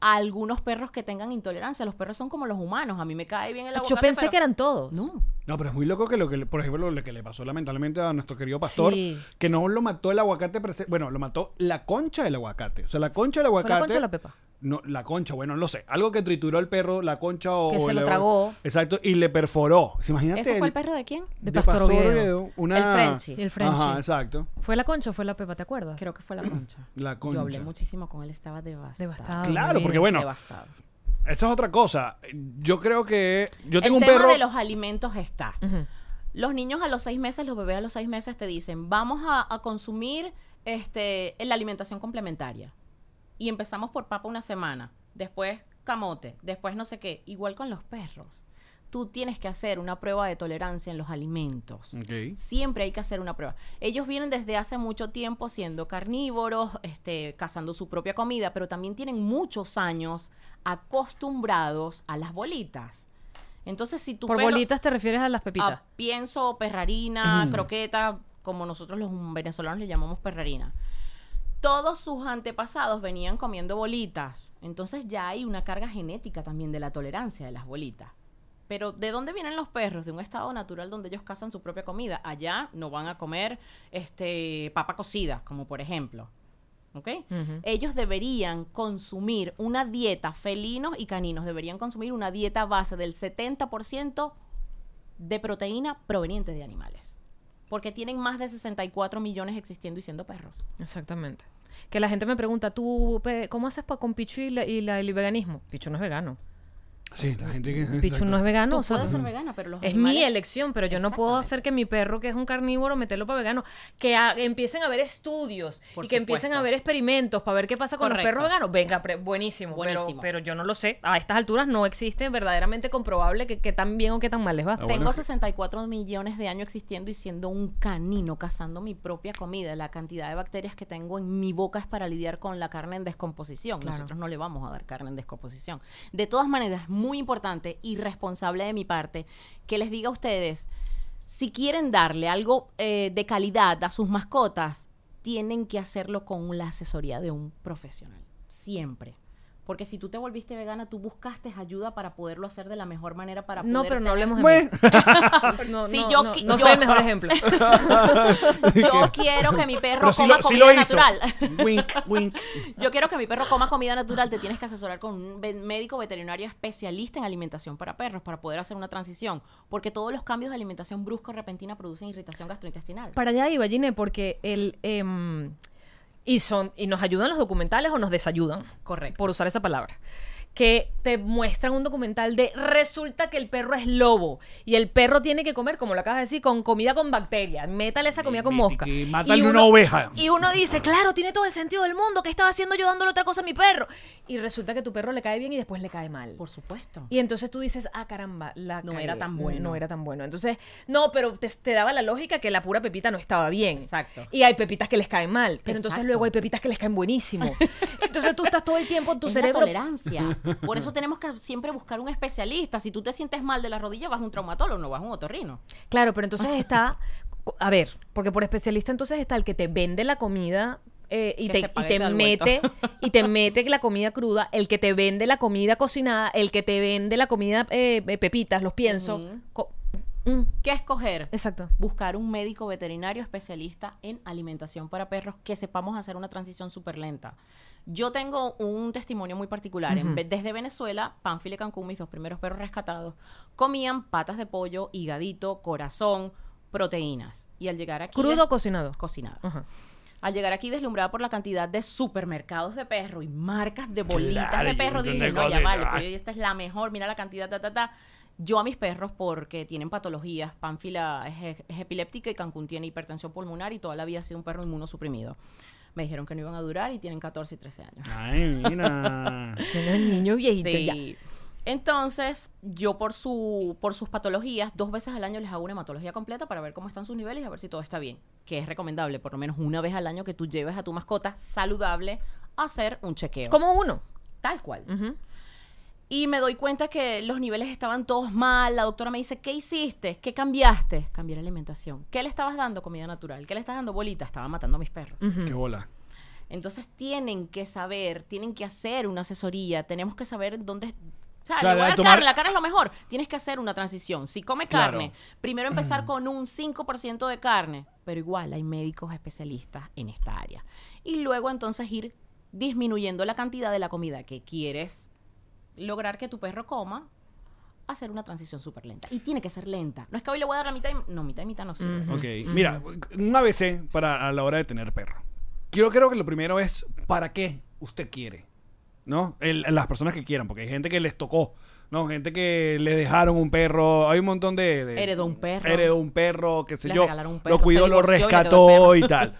Speaker 5: a algunos perros que tengan intolerancia. Los perros son como los humanos. A mí me cae bien el aguacate.
Speaker 2: Yo pensé
Speaker 5: pero-
Speaker 2: que eran todos.
Speaker 5: No.
Speaker 4: No, pero es muy loco que lo que, le- por ejemplo, lo que le pasó lamentablemente a nuestro querido pastor,
Speaker 2: Sí.
Speaker 4: que no lo mató el aguacate, pero se- bueno, lo mató la concha del aguacate. O sea, la concha del
Speaker 2: la
Speaker 4: aguacate.
Speaker 2: concha o la pepa?
Speaker 4: No, la concha, bueno, no lo sé. Algo que trituró al perro, la concha o.
Speaker 2: Que
Speaker 4: o
Speaker 2: se
Speaker 4: el-
Speaker 2: lo tragó.
Speaker 4: Exacto, y le perforó. ¿Se imagínate?
Speaker 5: ¿Ese fue el perro de quién?
Speaker 2: De
Speaker 4: de
Speaker 2: Pastor Oviedo.
Speaker 4: Oviedo, una-
Speaker 5: El Frenchie.
Speaker 2: El Frenchie.
Speaker 4: Ajá, exacto.
Speaker 2: ¿Fue la concha o fue la pepa? ¿Te acuerdas?
Speaker 5: Creo que fue la concha.
Speaker 4: La
Speaker 5: Yo hablé
Speaker 4: concha.
Speaker 5: muchísimo con él. Estaba devastado.
Speaker 2: Devastado.
Speaker 4: Claro,
Speaker 2: mi
Speaker 4: porque
Speaker 2: vida.
Speaker 4: bueno,
Speaker 5: Devastado.
Speaker 4: eso es otra cosa. Yo creo que. Yo tengo
Speaker 5: el
Speaker 4: un
Speaker 5: tema
Speaker 4: perro.
Speaker 5: de los alimentos está.
Speaker 2: Ujú.
Speaker 5: Los niños a los seis meses, los bebés a los seis meses te dicen, vamos a, a consumir este, la alimentación complementaria. Y empezamos por papa una semana, después camote, después no sé qué. Igual con los perros. Tú tienes que hacer una prueba de tolerancia en los alimentos.
Speaker 4: Ok.
Speaker 5: Siempre hay que hacer una prueba. Ellos vienen desde hace mucho tiempo siendo carnívoros, este, cazando su propia comida, pero también tienen muchos años acostumbrados a las bolitas. Entonces, si tú
Speaker 2: Por bolitas te refieres a las pepitas.
Speaker 5: a Ah, pienso, perrarina, croqueta, como nosotros los venezolanos le llamamos perrarina. Todos sus antepasados venían comiendo bolitas, entonces ya hay una carga genética también de la tolerancia de las bolitas. Pero ¿de dónde vienen los perros? De un estado natural donde ellos cazan su propia comida. Allá no van a comer este papa cocida, como por ejemplo. ¿Ok?
Speaker 2: Ujú.
Speaker 5: Ellos deberían consumir una dieta, felinos y caninos, deberían consumir una dieta base del 70% de proteína proveniente de animales. Porque tienen más de 64 millones existiendo y siendo perros.
Speaker 2: Exactamente. Que la gente me pregunta, ¿tú pe- cómo haces pa- con Pichu y, la- y la- el veganismo? Pichu no es vegano.
Speaker 4: Sí, la gente que.
Speaker 2: Pichu Ah, no es vegano.
Speaker 5: Tú
Speaker 2: o sea,
Speaker 5: puedes ser vegana, pero los
Speaker 2: es
Speaker 5: animales-
Speaker 2: mi elección, pero yo no puedo
Speaker 5: Exactamente.
Speaker 2: hacer que mi perro, que es un carnívoro, meterlo para vegano. Que ha- empiecen a haber estudios
Speaker 5: Por
Speaker 2: y que empiecen
Speaker 5: supuesto.
Speaker 2: a haber experimentos para ver qué pasa con
Speaker 5: Correcto.
Speaker 2: los perros veganos. Venga, pre- buenísimo. pero- Pero,
Speaker 5: Buenísimo.
Speaker 2: yo no lo sé. A estas alturas no existe verdaderamente comprobable que, que tan bien o qué tan mal les va.
Speaker 4: Ah, bueno.
Speaker 5: Tengo 64 millones de años existiendo y siendo un canino, cazando mi propia comida. La cantidad de bacterias que tengo en mi boca es para lidiar con la carne en descomposición. Nosotros no le vamos a dar carne en descomposición. De todas maneras, es muy importante y responsable de mi parte que les diga a ustedes, si quieren darle algo eh, de calidad a sus mascotas, tienen que hacerlo con la asesoría de un profesional. Siempre. Porque si tú te volviste vegana, tú buscaste ayuda para poderlo hacer de la mejor manera para
Speaker 2: No,
Speaker 5: poder
Speaker 2: pero no
Speaker 5: tener-
Speaker 2: hablemos de
Speaker 4: Bueno.
Speaker 2: mí. No,
Speaker 5: Si
Speaker 2: no,
Speaker 5: yo
Speaker 2: no,
Speaker 5: qui-
Speaker 2: no
Speaker 5: yo-
Speaker 2: soy el mejor ejemplo.
Speaker 5: Yo quiero que mi perro
Speaker 4: Pero sí
Speaker 5: coma
Speaker 4: lo, sí
Speaker 5: comida
Speaker 4: lo hizo.
Speaker 5: natural.
Speaker 4: Wink, wink.
Speaker 5: Yo quiero que mi perro coma comida natural. Te tienes que asesorar con un ve- médico veterinario especialista en alimentación para perros para poder hacer una transición. Porque todos los cambios de alimentación brusca o repentina producen irritación gastrointestinal.
Speaker 2: Para allá iba, Gine, porque el... em, y, son, y nos ayudan los documentales o nos desayudan.
Speaker 5: Correcto.
Speaker 2: Por usar esa palabra. Que te muestran un documental de resulta que el perro es lobo y el perro tiene que comer, como lo acabas de decir, con comida con bacterias. Métale esa comida con
Speaker 4: Vete
Speaker 2: mosca.
Speaker 4: que
Speaker 2: Y
Speaker 4: mátale una oveja.
Speaker 2: Y uno dice, claro, tiene todo el sentido del mundo. ¿Qué estaba haciendo yo dándole otra cosa a mi perro? Y resulta que tu perro le cae bien y después le cae mal.
Speaker 5: Por supuesto.
Speaker 2: Y entonces tú dices, ah, caramba, la
Speaker 5: No
Speaker 2: cagué,
Speaker 5: era tan bueno.
Speaker 2: No era tan bueno. Entonces, no, pero te, te daba la lógica que la pura pepita no estaba bien.
Speaker 5: Exacto.
Speaker 2: Y hay pepitas que les caen mal, pero entonces
Speaker 5: Exacto.
Speaker 2: luego hay pepitas que les caen buenísimo. Entonces tú estás todo el tiempo en tu
Speaker 5: es
Speaker 2: cerebro.
Speaker 5: la tolerancia. Por eso tenemos que siempre buscar un especialista. Si tú te sientes mal de la rodilla, vas a un traumatólogo, no vas a un otorrino.
Speaker 2: Claro, pero entonces está, a ver, porque por especialista entonces está el que te vende la comida. eh, y,
Speaker 5: Que
Speaker 2: te,
Speaker 5: se
Speaker 2: y
Speaker 5: pague
Speaker 2: te
Speaker 5: todo el vuelto.
Speaker 2: mete y te mete la comida cruda el que te vende la comida cocinada el que te vende la comida eh, pepitas los piensos
Speaker 5: Ujú.
Speaker 2: co- mm,
Speaker 5: ¿Qué escoger?
Speaker 2: exacto
Speaker 5: buscar un médico veterinario especialista en alimentación para perros que sepamos hacer una transición súper lenta. Yo tengo un testimonio muy particular. En ve- desde Venezuela, Panfile Cancún, mis dos primeros perros rescatados, comían patas de pollo, higadito, corazón, proteínas. Y al llegar aquí...
Speaker 2: crudo o
Speaker 5: des-
Speaker 2: cocinado
Speaker 5: cocinado.
Speaker 2: Ajá.
Speaker 5: Al llegar aquí deslumbrada por la cantidad de supermercados de perro y marcas de bolitas
Speaker 4: Claro,
Speaker 5: de
Speaker 4: y
Speaker 5: perro,
Speaker 4: un
Speaker 5: dije,
Speaker 4: montón de
Speaker 5: no, ya
Speaker 4: cosas,
Speaker 5: vale,
Speaker 4: ay.
Speaker 5: pero esta es la mejor, mira la cantidad, ta, ta, ta. Yo a mis perros, porque tienen patologías, Pánfila es, es epiléptica y Cancún tiene hipertensión pulmonar y toda la vida ha sido un perro inmunosuprimido. Me dijeron que no iban a durar y tienen 14 y 13 años.
Speaker 4: Ay, mira.
Speaker 2: Suena el niño viejito
Speaker 5: Sí.
Speaker 2: ya.
Speaker 5: Entonces, yo por su por sus patologías, dos veces al año les hago una hematología completa para ver cómo están sus niveles y a ver si todo está bien, que es recomendable por lo menos una vez al año que tú lleves a tu mascota saludable a hacer un chequeo.
Speaker 2: Como uno.
Speaker 5: Tal cual.
Speaker 2: Ujú.
Speaker 5: Y me doy cuenta que los niveles estaban todos mal. La doctora me dice, ¿qué hiciste? ¿Qué cambiaste? Cambié la alimentación. ¿Qué le estabas dando? Comida natural. ¿Qué le estás dando? Bolita. Estaba matando a mis perros.
Speaker 4: Qué bola.
Speaker 5: Entonces tienen que saber, tienen que hacer una asesoría, tenemos que saber dónde... O sea,
Speaker 4: O sea,
Speaker 5: le voy a
Speaker 4: de
Speaker 5: dar
Speaker 4: tomar-
Speaker 5: carne, la carne es lo mejor. Tienes que hacer una transición. Si come
Speaker 4: Claro. Mm.
Speaker 5: carne, primero empezar con un 5% de carne, pero igual hay médicos especialistas en esta área. Y luego entonces ir disminuyendo la cantidad de la comida que quieres lograr que tu perro coma, hacer una transición súper lenta. Y tiene que ser lenta. No es que hoy le voy a dar la mitad y... No, mitad y mitad no sirve.
Speaker 4: Mm. Ok, mira, un ABC para a la hora de tener perro. Yo creo que lo primero es para qué usted quiere, ¿no? El- las personas que quieran, porque hay gente que les tocó, ¿no? Gente que le dejaron un perro, hay un montón de... de-
Speaker 5: Heredó un perro.
Speaker 4: Heredó un perro, qué sé
Speaker 5: Le
Speaker 4: yo.
Speaker 5: regalaron un perro,
Speaker 4: lo
Speaker 5: se
Speaker 4: cuidó, lo
Speaker 5: divorció y heredó el
Speaker 4: rescató
Speaker 5: perro.
Speaker 4: y, tal.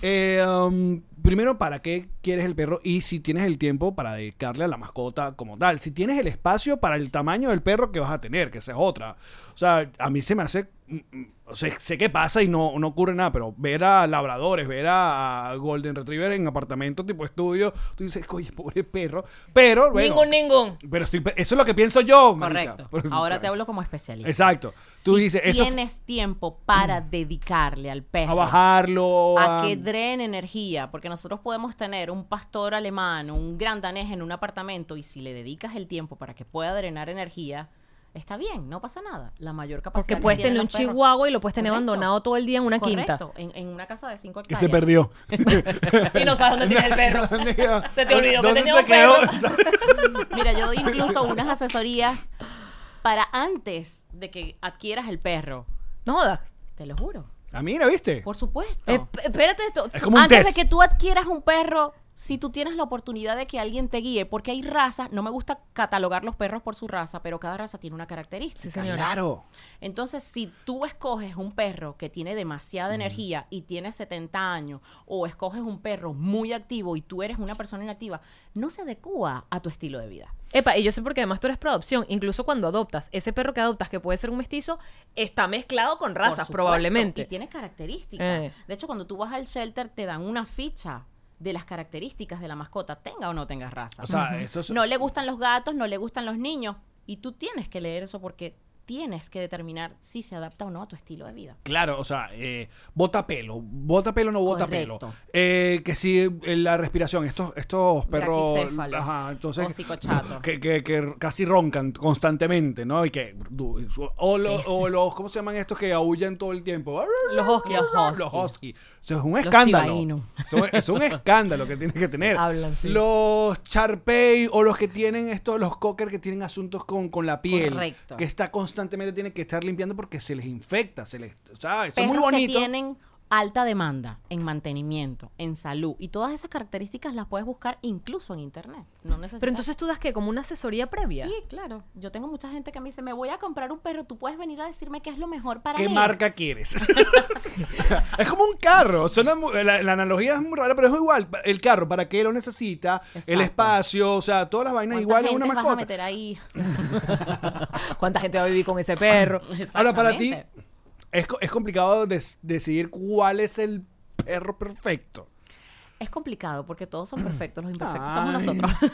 Speaker 4: Eh, um, primero, ¿para qué quieres el perro? Y si tienes el tiempo para dedicarle a la mascota como tal. Si tienes el espacio para el tamaño del perro que vas a tener, que esa es otra. O sea, a mí se me hace... mm, mm, o sea, sé que pasa y no, no ocurre nada, pero ver a labradores, ver a, a Golden Retriever en apartamento tipo estudio, tú dices, oye, pobre perro. Pero, bueno...
Speaker 2: Ningún, ningún.
Speaker 4: Pero estoy, pe- eso es lo que pienso yo, marica.
Speaker 5: Correcto.
Speaker 4: Pero-
Speaker 5: Ahora te hablo como especialista.
Speaker 4: Exacto. Tú
Speaker 5: si
Speaker 4: dices, eso
Speaker 5: tienes tiempo para dedicarle al perro
Speaker 4: a bajarlo.
Speaker 5: a que drene energía, porque nosotros podemos tener un pastor alemán, un gran danés en un apartamento y si le dedicas el tiempo para que pueda drenar energía, está bien, no pasa nada. La mayor capacidad
Speaker 2: Porque
Speaker 5: que
Speaker 2: puedes
Speaker 5: tienen
Speaker 2: tener un
Speaker 5: los perros-
Speaker 2: chihuahua y lo puedes tener
Speaker 5: Correcto.
Speaker 2: abandonado todo el día en una
Speaker 5: Correcto, en, en una casa de 5
Speaker 4: que
Speaker 5: hectáreas.
Speaker 4: se perdió.
Speaker 2: quinta. Y no sabes dónde tienes el perro. Se te olvidó que
Speaker 4: ¿Dónde
Speaker 2: tenía
Speaker 4: se
Speaker 2: un perro.
Speaker 4: quedó?
Speaker 5: Mira, yo doy incluso unas asesorías para antes de que adquieras el perro.
Speaker 2: No jodas.
Speaker 5: Te lo juro.
Speaker 4: Ah, mira, ¿viste?
Speaker 5: Por supuesto.
Speaker 2: Esp- Espérate esto.
Speaker 4: Es como un
Speaker 5: Antes
Speaker 4: test.
Speaker 5: de que tú adquieras un perro, si tú tienes la oportunidad de que alguien te guíe, porque hay razas, no me gusta catalogar los perros por su raza, pero cada raza tiene una característica.
Speaker 2: Sí, señora.
Speaker 4: Claro.
Speaker 5: Entonces, si tú escoges un perro que tiene demasiada energía y tiene 70 años, o escoges un perro muy activo y tú eres una persona inactiva, no se adecua a tu estilo de vida.
Speaker 2: Epa, y yo sé porque además tú eres adopción Incluso cuando adoptas, ese perro que adoptas, que puede ser un mestizo, está mezclado con
Speaker 5: Por
Speaker 2: razas,
Speaker 5: supuesto,
Speaker 2: probablemente.
Speaker 5: Y tiene características.
Speaker 2: Eh.
Speaker 5: De hecho, cuando tú vas al shelter, te dan una ficha de las características de la mascota, tenga o no tenga raza.
Speaker 4: O sea, esto es...
Speaker 5: no le gustan los gatos, no le gustan los niños. Y tú tienes que leer eso porque tienes que determinar si se adapta o no a tu estilo de vida.
Speaker 4: Claro, o sea, eh, bota pelo, bota pelo no bota
Speaker 5: Correcto.
Speaker 4: pelo. Eh, que si eh, la respiración, estos, estos perros,
Speaker 5: Braquicéfalos
Speaker 4: ajá, entonces
Speaker 5: o psicochatos.
Speaker 4: que, que, que casi roncan constantemente, ¿no? Y que du- o, lo- o los, ¿cómo se llaman estos que aullan todo el tiempo?
Speaker 2: Los hostia.
Speaker 5: Los husky.
Speaker 4: Los husky. Eso es un escándalo.
Speaker 5: chibaíno.
Speaker 4: Esto es- Es un escándalo que tienes que tener.
Speaker 2: hablan, sí.
Speaker 4: Los charpey o los que tienen estos, los cocker que tienen asuntos con, con la piel.
Speaker 5: Correcto.
Speaker 4: Que está constantemente, tienen que estar limpiando porque se les infecta, se les, ¿sabes? Eso es muy
Speaker 5: Perros que
Speaker 4: bonito.
Speaker 5: tienen alta demanda en mantenimiento, en salud y todas esas características las puedes buscar incluso en internet. No necesitas.
Speaker 2: Pero entonces tú das que como una asesoría previa.
Speaker 5: Sí, claro. Yo tengo mucha gente que me dice, me voy a comprar un perro, tú puedes venir a decirme qué es lo mejor para
Speaker 4: ¿Qué
Speaker 5: mí.
Speaker 4: marca quieres? es como un carro. Suena mu- la, la analogía es muy rara, pero es igual. El carro, ¿para qué lo necesita? El
Speaker 5: Exacto.
Speaker 4: espacio, o sea, todas las vainas
Speaker 5: ¿Cuánta
Speaker 4: igual es
Speaker 5: gente
Speaker 4: una
Speaker 5: vas a
Speaker 4: mascota.
Speaker 5: meter ahí?
Speaker 2: Ah, ¿Cuánta gente va a vivir con ese perro?
Speaker 4: Ahora, para ti,
Speaker 5: Exactamente.
Speaker 4: es, co- es complicado des- decidir cuál es el perro perfecto.
Speaker 5: Es complicado porque todos son perfectos, los imperfectos
Speaker 4: Ay.
Speaker 5: somos nosotros.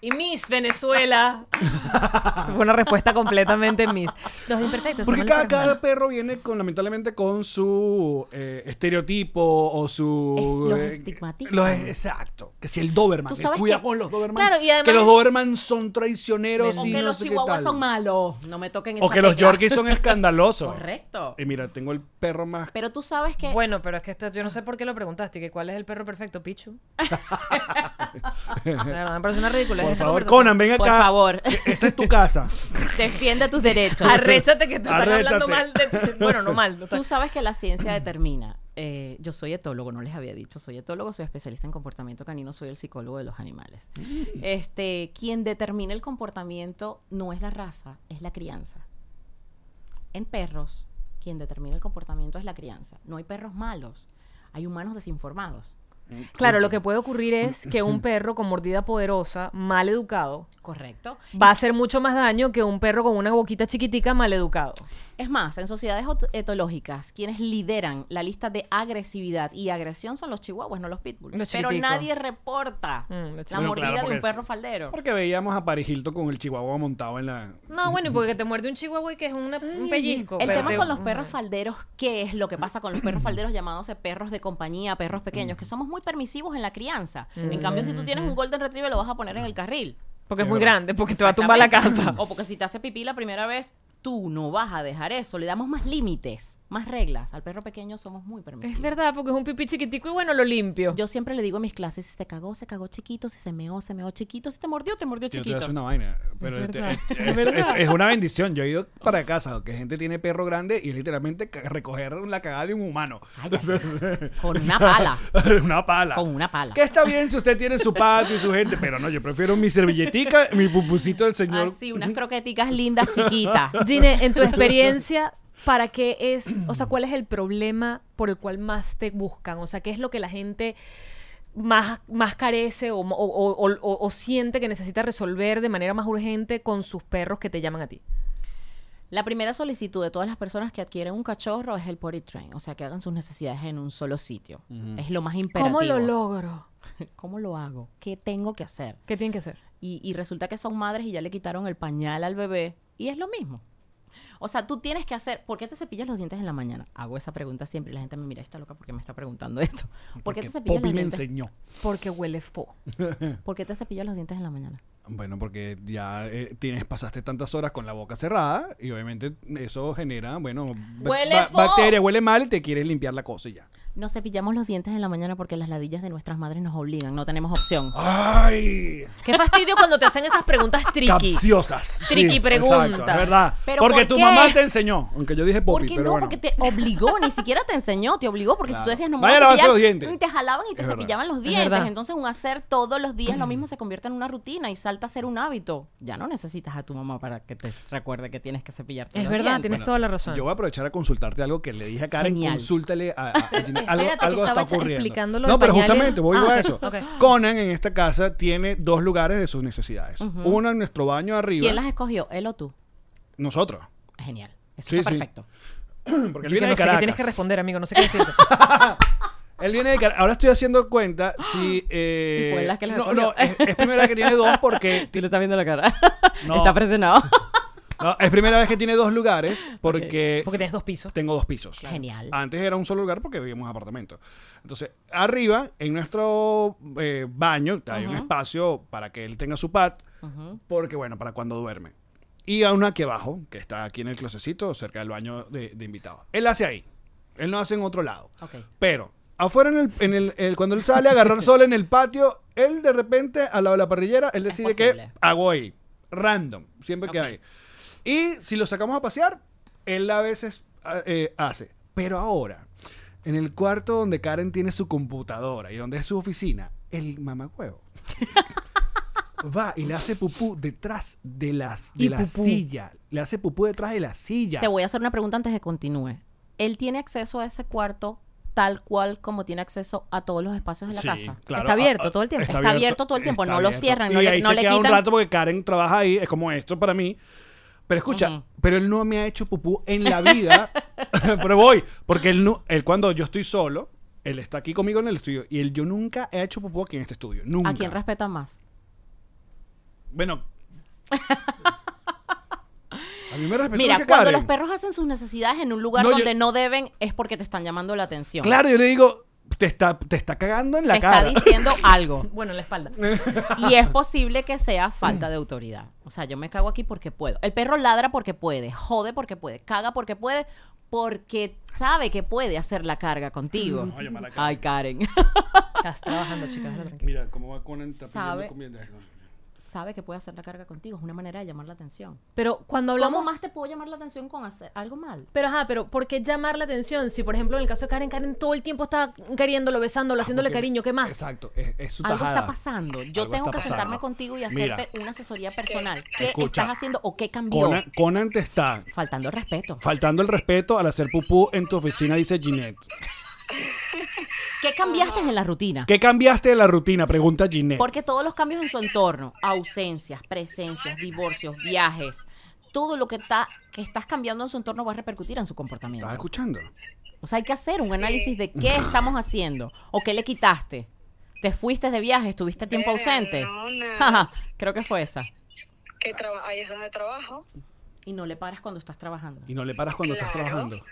Speaker 2: Y Miss Venezuela. Fue una respuesta completamente Miss. Los imperfectos.
Speaker 4: Porque
Speaker 2: somos
Speaker 4: cada,
Speaker 2: los seres
Speaker 4: cada perro viene con, lamentablemente, con su eh, estereotipo o su.
Speaker 5: Es- los
Speaker 4: eh,
Speaker 5: estigmatizan.
Speaker 4: los es- exacto. Que si el Doberman.
Speaker 5: Tú
Speaker 4: que
Speaker 5: sabes
Speaker 4: cuida
Speaker 5: que-
Speaker 4: con los Doberman.
Speaker 2: Claro, y además-
Speaker 4: que los Doberman son traicioneros
Speaker 5: o
Speaker 4: y
Speaker 5: que
Speaker 4: no
Speaker 5: los
Speaker 4: sé qué
Speaker 5: chihuahuas
Speaker 4: tal.
Speaker 5: son malos. No me toquen
Speaker 4: O
Speaker 5: esa
Speaker 4: que los
Speaker 5: tecla.
Speaker 4: Yorkies son escandalosos.
Speaker 5: Correcto.
Speaker 4: Y mira, tengo el perro más.
Speaker 5: Pero tú sabes que.
Speaker 2: Bueno, pero es que esto- yo no sé por qué lo preguntaste, que cuál es el perro perfecto, Pichu. De verdad, me parece una ridícula.
Speaker 4: Por
Speaker 2: Esta
Speaker 4: favor,
Speaker 2: conversación-
Speaker 4: Conan, ven acá.
Speaker 5: Por favor.
Speaker 4: Esta es tu casa.
Speaker 5: Defiende tus derechos.
Speaker 2: Arréchate que te están hablando
Speaker 4: Arréchate.
Speaker 2: mal de... Bueno, no mal.
Speaker 5: Tú sabes que la ciencia determina. eh, yo soy etólogo, no les había dicho. Soy etólogo, soy especialista en comportamiento canino, soy el psicólogo de los animales.
Speaker 4: Mm.
Speaker 5: Este, quien determina el comportamiento no es la raza, es la crianza. En perros, quien determina el comportamiento es la crianza. No hay perros malos, hay humanos desinformados.
Speaker 2: Claro, lo que puede ocurrir es que un perro con mordida poderosa, mal educado,
Speaker 5: Correcto.
Speaker 2: va a hacer mucho más daño que un perro con una boquita chiquitica mal educado.
Speaker 5: Es más, en sociedades ot- etológicas, quienes lideran la lista de agresividad y agresión son los chihuahuas, no los pitbulls.
Speaker 2: Los
Speaker 5: Pero
Speaker 2: chiquiticos.
Speaker 5: nadie reporta
Speaker 2: Mm, los
Speaker 5: la
Speaker 2: chiquiticos.
Speaker 4: Bueno,
Speaker 5: mordida
Speaker 4: claro,
Speaker 5: de
Speaker 4: porque
Speaker 5: un perro
Speaker 4: es-
Speaker 5: faldero.
Speaker 4: Porque veíamos a Parijilto con el chihuahua montado en la.
Speaker 2: No, bueno, y porque te muerde un chihuahua y que es una- un pellizco.
Speaker 5: El
Speaker 2: pero
Speaker 5: tema
Speaker 2: te-
Speaker 5: con los perros falderos, ¿qué es lo que pasa con los
Speaker 2: Mm.
Speaker 5: perros falderos llamándose perros de compañía, perros pequeños? Que somos muy permisivos en la crianza.
Speaker 2: Mm.
Speaker 5: En cambio, si tú tienes un golden retriever, lo vas a poner en el carril.
Speaker 2: Porque es
Speaker 4: Es
Speaker 2: muy
Speaker 4: verdad.
Speaker 2: grande, porque te va a tumbar la casa.
Speaker 5: Exactamente. O porque si te hace pipí la primera vez, tú no vas a dejar eso. Le damos más límites, más reglas. Al perro pequeño somos muy permisivos.
Speaker 2: Es verdad, porque es un pipí chiquitico y bueno, lo limpio.
Speaker 5: Yo siempre le digo en mis clases, si se cagó, se cagó chiquito, si se meó, se meó chiquito, si te mordió, te mordió
Speaker 4: Yo te voy a
Speaker 5: chiquito.
Speaker 4: hacer una vaina. Pero este-
Speaker 2: verdad.
Speaker 4: este- es, es- es una bendición. Yo he ido para casa, que gente tiene perro grande y literalmente ca- recoger la cagada de un humano.
Speaker 5: Cállate.
Speaker 4: Entonces,
Speaker 5: Con una pala.
Speaker 4: una pala.
Speaker 5: Con una pala.
Speaker 4: Que está bien si usted tiene su patio y su gente, pero no, yo prefiero mi servilletica, mi pupusito del señor.
Speaker 5: Así, unas croqueticas lindas, chiquitas.
Speaker 2: Gine, en tu experiencia, ¿para qué es, o sea, cuál es el problema por el cual más te buscan? O sea, ¿qué es lo que la gente más, más carece o, o- o- o- o- o siente que necesita resolver de manera más urgente con sus perros que te llaman a ti?
Speaker 5: La primera solicitud de todas las personas que adquieren un cachorro es el potty train, o sea, que hagan sus necesidades en un solo sitio. Es lo más imperativo.
Speaker 2: ¿Cómo lo logro?
Speaker 5: ¿Cómo lo hago? ¿Qué tengo que hacer?
Speaker 2: ¿Qué tienen que hacer?
Speaker 5: Y, y resulta que son madres y ya le quitaron el pañal al bebé y es lo mismo. O sea, tú tienes que hacer, ¿por qué te cepillas los dientes en la mañana? Hago esa pregunta siempre y la gente me mira, está loca porque me está preguntando esto. ¿Por qué
Speaker 4: Porque
Speaker 5: te cepillas
Speaker 4: Poppy
Speaker 5: los
Speaker 4: me
Speaker 5: dientes?
Speaker 4: enseñó.
Speaker 2: Porque huele fo.
Speaker 5: ¿Por qué te cepillas los dientes en la mañana?
Speaker 4: Bueno, porque ya eh, tienes, pasaste tantas horas con la boca cerrada y obviamente eso genera, bueno, ba-
Speaker 2: Huele
Speaker 4: ba-
Speaker 2: fo.
Speaker 4: bacteria, huele mal y te quieres limpiar la cosa y ya.
Speaker 5: Nos cepillamos los dientes en la mañana porque las ladillas de nuestras madres nos obligan, no tenemos opción.
Speaker 4: Ah. ¡Ay!
Speaker 2: Qué fastidio cuando te hacen esas preguntas tricky.
Speaker 4: Capciosas.
Speaker 2: Triqui
Speaker 4: exacto, es
Speaker 2: preguntas.
Speaker 4: verdad.
Speaker 5: ¿Pero
Speaker 4: Porque
Speaker 5: por
Speaker 4: tu
Speaker 5: qué?
Speaker 4: mamá te enseñó. Aunque yo dije
Speaker 5: ¿Por
Speaker 4: popi,
Speaker 5: qué
Speaker 4: pero
Speaker 5: no?
Speaker 4: bueno.
Speaker 5: Porque te obligó, ni siquiera te enseñó, te obligó, porque si tú
Speaker 4: Claro.
Speaker 5: decías no me
Speaker 4: Vaya
Speaker 5: voy
Speaker 4: a lavarse
Speaker 5: cepillar",
Speaker 4: los dientes.
Speaker 5: te jalaban y te
Speaker 4: Es verdad.
Speaker 5: cepillaban los
Speaker 2: verdad.
Speaker 5: dientes. Entonces un hacer todos los días lo mismo se convierte en una rutina y salta a ser un hábito. Ya no necesitas a tu mamá para que te recuerde que tienes que cepillarte
Speaker 2: Es
Speaker 5: los
Speaker 2: verdad,
Speaker 5: dientes.
Speaker 2: tienes toda la razón.
Speaker 4: Yo voy a aprovechar a consultarte algo que le dije a Karen.
Speaker 5: Genial.
Speaker 4: Consúltale a, a- a Gina. algo
Speaker 2: espérate, que
Speaker 4: algo está
Speaker 2: estaba
Speaker 4: ocurriendo.
Speaker 2: explicando lo de
Speaker 4: no, pero
Speaker 2: pañales.
Speaker 4: justamente voy
Speaker 2: Ah,
Speaker 4: a eso.
Speaker 2: ok.
Speaker 4: Conan en esta casa tiene dos lugares de sus necesidades. Uno en nuestro baño arriba.
Speaker 5: ¿Quién las escogió? ¿Él o tú?
Speaker 4: Nosotros.
Speaker 5: Genial. Eso
Speaker 4: Sí,
Speaker 5: está
Speaker 4: sí.
Speaker 5: perfecto.
Speaker 4: Porque él
Speaker 2: Mm, Yo que
Speaker 4: viene
Speaker 2: no
Speaker 4: de
Speaker 2: sé qué tienes
Speaker 4: Caracas.
Speaker 2: que responder, amigo, no sé qué decirte.
Speaker 4: Él viene de Caracas. Ahora estoy haciendo cuenta si. Eh,
Speaker 5: Si fue la que la
Speaker 4: No,
Speaker 5: escogió.
Speaker 4: no, es, es primera vez que tiene dos porque.
Speaker 5: Tú le estás viendo la cara.
Speaker 4: No.
Speaker 5: Está presionado.
Speaker 4: no, es primera vez que tiene dos lugares porque.
Speaker 2: Porque tienes dos pisos.
Speaker 4: Tengo dos pisos.
Speaker 5: Genial.
Speaker 4: Antes era un solo lugar porque vivíamos apartamento. Entonces, arriba, en nuestro eh, baño, hay un espacio para que él tenga su pad, porque bueno, para cuando duerme. Y a una que abajo, que está aquí en el closecito, cerca del baño de, de invitados. Él hace ahí. Él no hace en otro lado.
Speaker 5: Ok.
Speaker 4: Pero, afuera, en el, en el- el- cuando él sale a agarrar sol en el patio, él de repente, al lado de la parrillera, él decide que
Speaker 5: posible.
Speaker 4: hago ahí. Random. Siempre que
Speaker 5: Ok.
Speaker 4: hay. Y si lo sacamos a pasear, él a veces a- eh, hace. Pero ahora, en el cuarto donde Karen tiene su computadora y donde es su oficina, el mamacuevo va y le hace pupú detrás de, las, de
Speaker 2: Y
Speaker 4: la
Speaker 2: pupú.
Speaker 4: silla. Le hace pupú detrás de la silla.
Speaker 5: Te voy a hacer una pregunta antes de que continúe. ¿Él tiene acceso a ese cuarto tal cual como tiene acceso a todos los espacios de la
Speaker 4: Sí,
Speaker 5: casa?
Speaker 4: claro. Ah,
Speaker 2: Está abierto todo el tiempo.
Speaker 5: Está abierto todo el tiempo,
Speaker 4: está
Speaker 5: no lo
Speaker 4: abierto.
Speaker 5: cierran,
Speaker 4: Y
Speaker 5: no le-
Speaker 4: ahí
Speaker 5: no
Speaker 4: se
Speaker 5: le
Speaker 4: queda un
Speaker 5: quitan.
Speaker 4: rato porque Karen trabaja ahí, es como esto para mí. Pero escucha,
Speaker 5: Ujú.
Speaker 4: pero él no me ha hecho pupú en la vida. pero voy, porque él, no, él cuando yo estoy solo, él está aquí conmigo en el estudio y él yo nunca he hecho pupú aquí en este estudio, nunca.
Speaker 5: ¿A quién respeta más?
Speaker 4: Bueno. A mí me respetó
Speaker 5: Mira,
Speaker 4: más que
Speaker 5: cuando
Speaker 4: Karen.
Speaker 5: los perros hacen sus necesidades en un lugar
Speaker 4: No, yo-
Speaker 5: donde no deben, es porque te están llamando la atención.
Speaker 4: Claro, yo le digo, te está, te está cagando en la
Speaker 5: te
Speaker 4: cara.
Speaker 5: está diciendo algo.
Speaker 2: Bueno, en la espalda.
Speaker 5: Y es posible que sea falta de autoridad. O sea, yo me cago aquí porque puedo. El perro ladra porque puede, jode porque puede, caga porque puede, porque sabe que puede hacer la carga contigo.
Speaker 4: Mm.
Speaker 5: Ay, Karen.
Speaker 2: Estás trabajando, chicas, déjala tranquila.
Speaker 4: Mira, cómo va Conan está
Speaker 5: Sabe.
Speaker 4: pidiendo comida.
Speaker 5: sabe que puede hacer la carga contigo. Es una manera de llamar la atención.
Speaker 2: Pero cuando
Speaker 5: ¿Cómo
Speaker 2: hablamos
Speaker 5: más te puedo llamar la atención con hacer algo mal?
Speaker 2: Pero ajá, pero ¿por qué llamar la atención? Si, por ejemplo, en el caso de Karen, Karen todo el tiempo está queriéndolo, besándolo, haciéndole
Speaker 4: Porque-
Speaker 2: cariño, ¿qué más?
Speaker 4: Exacto, es, es su
Speaker 5: Algo
Speaker 4: tajada.
Speaker 5: está pasando. Yo
Speaker 4: Algo
Speaker 5: tengo que
Speaker 4: está
Speaker 5: sentarme
Speaker 4: pasando.
Speaker 5: contigo y
Speaker 4: Mira.
Speaker 5: hacerte una asesoría personal. ¿Qué
Speaker 4: Escucha.
Speaker 5: estás haciendo o qué cambió?
Speaker 4: Conan, Conan te está
Speaker 5: Faltando respeto.
Speaker 4: faltando el respeto al hacer pupú en tu oficina, dice Ginette.
Speaker 5: ¿Qué cambiaste en la rutina?
Speaker 4: ¿Qué cambiaste de la rutina? Pregunta Ginette.
Speaker 5: Porque todos los cambios en su entorno, ausencias, presencias, divorcios, viajes, todo lo que, está, que estás cambiando en su entorno va a repercutir en su comportamiento.
Speaker 4: ¿Estás escuchando?
Speaker 5: O sea, hay que hacer un análisis de qué estamos haciendo o qué le quitaste. ¿Te fuiste de viaje? ¿Estuviste tiempo
Speaker 6: Verga,
Speaker 5: ausente?
Speaker 6: no, nada.
Speaker 5: Creo que fue esa.
Speaker 6: que traba- ahí es donde trabajo,
Speaker 5: Y no le paras cuando estás trabajando.
Speaker 4: Y no le paras cuando estás
Speaker 6: Claro.
Speaker 4: trabajando.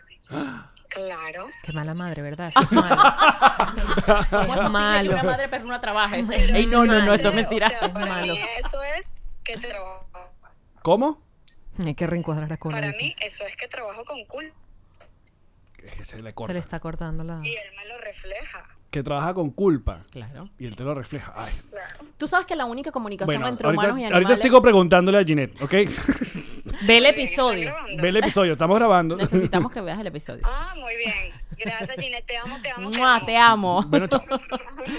Speaker 6: claro.
Speaker 2: Qué mala madre, ¿verdad? Eso es malo.
Speaker 5: ¿Cómo es
Speaker 2: es
Speaker 5: posible que
Speaker 2: malo.
Speaker 5: una madre perruna trabaje?
Speaker 6: Pero
Speaker 5: Ey, no, no, no,
Speaker 6: madre,
Speaker 5: esto es mentira.
Speaker 6: o sea,
Speaker 5: es
Speaker 6: para
Speaker 5: malo.
Speaker 6: mí eso es que trabajo.
Speaker 4: ¿Cómo?
Speaker 2: Hay que reencuadrar a Conan.
Speaker 6: Para
Speaker 2: sí.
Speaker 6: mí eso es que trabajo con culpa
Speaker 4: Es que se le
Speaker 2: Se
Speaker 4: corta.
Speaker 2: le está cortando la...
Speaker 6: y él me lo refleja.
Speaker 4: Que trabaja con culpa.
Speaker 5: Claro.
Speaker 4: Y él te lo refleja. Ay.
Speaker 5: Tú sabes que la única comunicación
Speaker 4: Bueno,
Speaker 5: entre
Speaker 4: ahorita,
Speaker 5: humanos y
Speaker 4: ahorita
Speaker 5: animales...
Speaker 4: sigo preguntándole a Ginette, ¿ok?
Speaker 2: Ve el
Speaker 6: ¿Están
Speaker 2: episodio.
Speaker 6: grabando?
Speaker 4: Ve el episodio, estamos grabando.
Speaker 5: Necesitamos que veas el episodio.
Speaker 6: Ah, muy bien. Gracias, Ginette. Te amo, te amo. te
Speaker 5: ¡Mua,
Speaker 6: amo.
Speaker 5: te amo.
Speaker 4: Bueno, chao.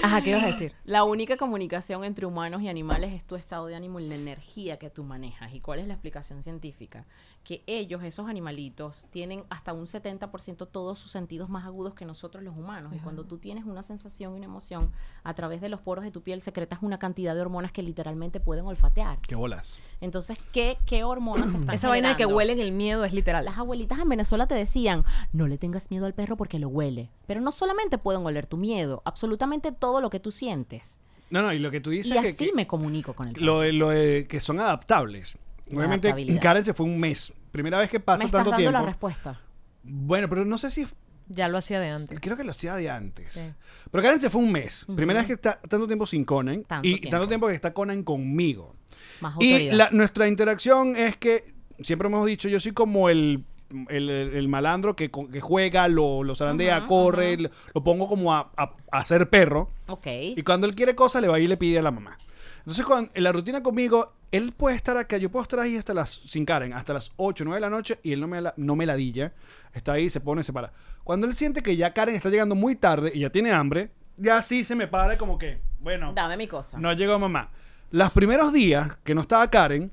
Speaker 2: Ajá, ¿qué ibas a decir?
Speaker 5: La única comunicación entre humanos y animales es tu estado de ánimo y la energía que tú manejas. ¿Y cuál es la explicación científica? Que ellos, esos animalitos, tienen hasta un 70% todos sus sentidos más agudos que nosotros los humanos. Y cuando tú tienes una sensación y una emoción, a través de los poros de tu piel secretas una cantidad de hormonas que literalmente pueden olfatear.
Speaker 4: Qué bolas.
Speaker 5: Entonces, ¿qué, qué hormonas se están
Speaker 2: Esa vaina de que
Speaker 5: generando?
Speaker 2: huelen el miedo es literal.
Speaker 5: Las abuelitas en Venezuela te decían, no le tengas miedo al perro porque lo huele. Pero no solamente pueden oler tu miedo, absolutamente todo lo que tú sientes.
Speaker 4: No, no, y lo que tú dices
Speaker 5: Y
Speaker 4: es que-
Speaker 5: así
Speaker 4: que,
Speaker 5: me comunico con el perro.
Speaker 4: lo, de- lo de que son adaptables.
Speaker 5: La
Speaker 4: Obviamente,
Speaker 5: adaptabilidad.
Speaker 4: Karen se fue un mes. Primera vez que
Speaker 5: Me
Speaker 4: pasa
Speaker 5: estás
Speaker 4: tanto
Speaker 5: dando la
Speaker 4: tiempo.
Speaker 5: respuesta.
Speaker 4: Bueno, pero no sé si
Speaker 2: Ya lo hacía de antes.
Speaker 4: Creo que lo hacía de antes.
Speaker 2: Sí.
Speaker 4: Pero Karen se fue un mes. Primera vez que está tanto tiempo sin Conan.
Speaker 5: Tanto
Speaker 4: y
Speaker 5: tiempo.
Speaker 4: tanto tiempo que está Conan conmigo.
Speaker 5: Más
Speaker 4: Y
Speaker 5: autoridad.
Speaker 4: la- nuestra interacción es que, siempre hemos dicho, yo soy como el el, el malandro que, co- que juega, lo, lo zarandea, corre, lo, lo pongo como a, a- a ser perro.
Speaker 5: Ok.
Speaker 4: Y cuando él quiere cosas, le va y le pide a la mamá. Entonces, cuando, en la rutina conmigo, él puede estar acá, yo puedo estar ahí hasta las, sin Karen, hasta las 8, 9 de la noche, y él no me, la, no me ladilla. Está ahí, se pone, se para. Cuando él siente que ya Karen está llegando muy tarde y ya tiene hambre, ya sí se me para como que, bueno,
Speaker 5: Dame mi cosa.
Speaker 4: no llegó mamá. Los primeros días que no estaba Karen,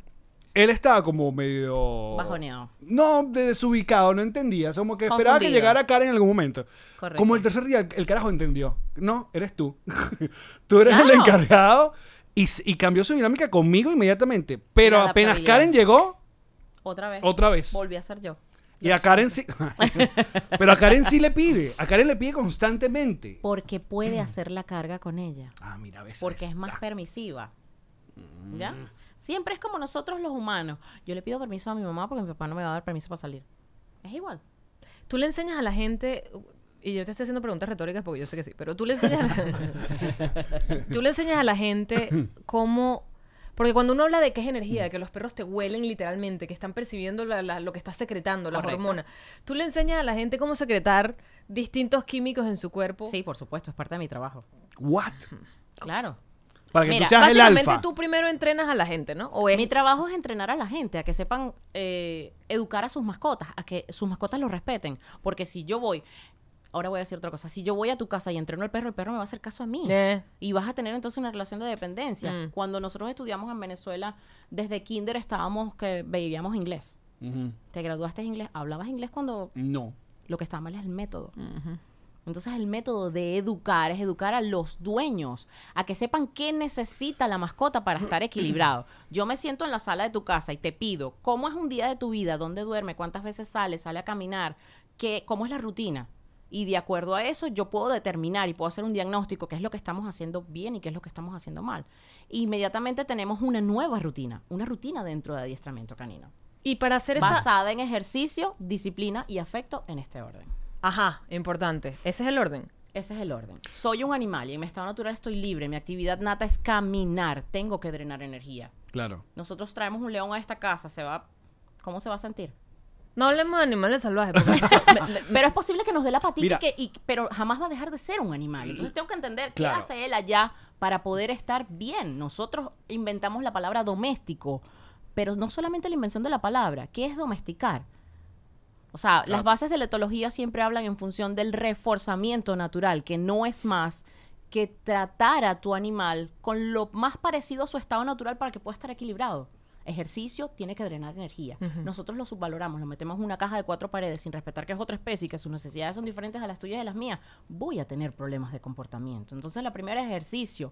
Speaker 4: él estaba como medio...
Speaker 5: Bajoneado.
Speaker 4: No, de- desubicado, no entendía. O sea, Como que esperaba que
Speaker 5: Confundido.
Speaker 4: llegara Karen en algún momento.
Speaker 5: Correcto.
Speaker 4: Como el tercer día, el, el carajo entendió. No, eres tú. tú eres el
Speaker 5: Claro.
Speaker 4: encargado. Y, s- y cambió su dinámica conmigo inmediatamente. Pero
Speaker 5: La
Speaker 4: apenas
Speaker 5: adaptabilidad.
Speaker 4: Karen llegó,
Speaker 5: Otra vez.
Speaker 4: otra vez.
Speaker 5: Volví a ser yo.
Speaker 4: Y a Karen sí. pero a Karen sí le pide. A Karen le pide constantemente.
Speaker 5: Porque
Speaker 4: Mm.
Speaker 5: puede hacer la carga con ella.
Speaker 4: Ah, mira, a veces.
Speaker 5: Porque es más permisiva.
Speaker 4: Mm.
Speaker 5: ¿Ya? Siempre es como nosotros los humanos. Yo le pido permiso a mi mamá porque mi papá no me va a dar permiso para salir. Es igual.
Speaker 2: Tú le enseñas a la gente, y yo te estoy haciendo preguntas retóricas porque yo sé que sí, pero tú le enseñas a la, tú le enseñas a la gente cómo... Porque cuando uno habla de que es energía, de que los perros te huelen literalmente, que están percibiendo la- la- lo que está secretando, la
Speaker 5: Correcto.
Speaker 2: hormona, tú le enseñas a la gente cómo secretar distintos químicos en su
Speaker 4: Oh.
Speaker 2: cuerpo.
Speaker 5: Sí, por supuesto, es parte de mi trabajo.
Speaker 4: ¿What?
Speaker 5: Claro.
Speaker 4: Para que
Speaker 5: Mira,
Speaker 4: tú seas el
Speaker 2: Básicamente
Speaker 4: alfa.
Speaker 2: tú primero entrenas a la gente, ¿no? O es
Speaker 5: Mi trabajo es entrenar a la gente a que sepan eh, educar a sus mascotas, a que sus mascotas lo respeten. Porque si yo voy, ahora voy a decir otra cosa, si yo voy a tu casa y entreno al perro, el perro me va a hacer caso a mí.
Speaker 2: Eh.
Speaker 5: Y vas a tener entonces una relación de dependencia.
Speaker 2: Mm.
Speaker 5: Cuando nosotros estudiamos en Venezuela, desde kinder estábamos que veíamos inglés.
Speaker 4: Ujú.
Speaker 5: Te graduaste en inglés, hablabas inglés cuando
Speaker 4: No.
Speaker 5: lo que está mal es el método. Entonces el método de educar es educar a los dueños, a que sepan qué necesita la mascota para estar equilibrado. Yo me siento en la sala de tu casa y te pido, ¿cómo es un día de tu vida? ¿Dónde duerme? ¿Cuántas veces sale? ¿Sale a caminar? ¿Qué, ¿Cómo es la rutina? Y de acuerdo a eso yo puedo determinar y puedo hacer un diagnóstico qué es lo que estamos haciendo bien y qué es lo que estamos haciendo mal. Inmediatamente tenemos una nueva rutina, una rutina dentro de adiestramiento canino,
Speaker 2: Y para hacer esa...
Speaker 5: basada en ejercicio, disciplina y afecto en este orden.
Speaker 2: Ajá, importante. Ese es el orden.
Speaker 5: Ese es el orden. Soy un animal y en mi estado natural estoy libre. Mi actividad nata es caminar. Tengo que drenar energía.
Speaker 4: Claro.
Speaker 5: Nosotros traemos un león a esta casa. Se va. ¿Cómo se va a sentir?
Speaker 2: No hablemos de animales salvajes. porque-
Speaker 5: Pero es posible que nos dé la patita,
Speaker 4: Ah. Mira.
Speaker 5: y que, y- pero jamás va a dejar de ser un animal. Entonces tengo que entender qué
Speaker 4: Claro.
Speaker 5: hace él allá para poder estar bien. Nosotros inventamos la palabra doméstico, pero no solamente la invención de la palabra. ¿Qué es domesticar? O sea, las bases de la etología siempre hablan en función del reforzamiento natural, que no es más que tratar a tu animal con lo más parecido a su estado natural para que pueda estar equilibrado. Ejercicio tiene que drenar energía. Nosotros lo subvaloramos, lo metemos en una caja de cuatro paredes sin respetar que es otra especie y que sus necesidades son diferentes a las tuyas y a las mías. Voy a tener problemas de comportamiento. Entonces, la primera es ejercicio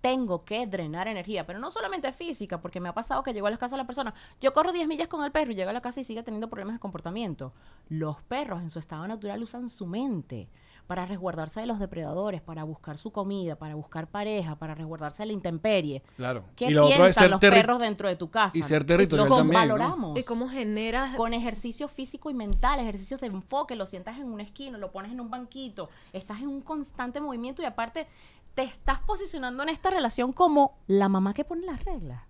Speaker 5: tengo que drenar energía, pero no solamente física, porque me ha pasado que llego a la casa de la persona, yo corro 10 millas con el perro y llego a la casa y sigue teniendo problemas de comportamiento. Los perros en su estado natural usan su mente para resguardarse de los depredadores, para buscar su comida, para buscar pareja, para resguardarse de la intemperie.
Speaker 4: Claro.
Speaker 5: ¿Qué
Speaker 4: Y lo otro es
Speaker 5: piensan
Speaker 4: ser
Speaker 5: los
Speaker 4: terri-
Speaker 5: perros dentro de tu casa?
Speaker 4: y ser territorial
Speaker 5: Los
Speaker 4: también, ¿no?
Speaker 5: valoramos
Speaker 2: ¿Y cómo generas
Speaker 5: con ejercicio físico y mental, ejercicios de enfoque, lo sientas en una esquina, lo pones en un banquito, estás en un constante movimiento y aparte te estás posicionando en esta relación como la mamá que pone las reglas.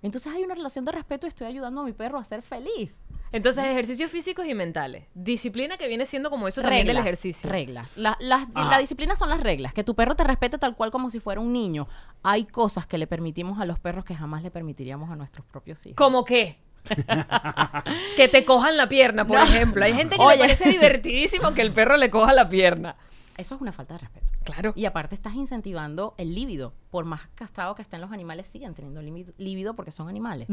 Speaker 5: Entonces hay una relación de respeto y estoy ayudando a mi perro a ser feliz.
Speaker 2: Entonces, ejercicios físicos y mentales. Disciplina que viene siendo como eso también del ejercicio.
Speaker 5: Reglas. La, las- la disciplina son las reglas. Que tu perro te respete tal cual como si fuera un niño. Hay cosas que le permitimos a los perros que jamás le permitiríamos a nuestros propios hijos.
Speaker 2: ¿Cómo qué? que te cojan la pierna, por ejemplo. Hay gente que
Speaker 5: Oye.
Speaker 2: le parece divertidísimo que el perro le coja la pierna.
Speaker 5: Eso es una falta de respeto.
Speaker 2: Claro.
Speaker 5: Y aparte estás incentivando el líbido. Por más castrado que estén los animales, siguen teniendo lími- líbido porque son animales.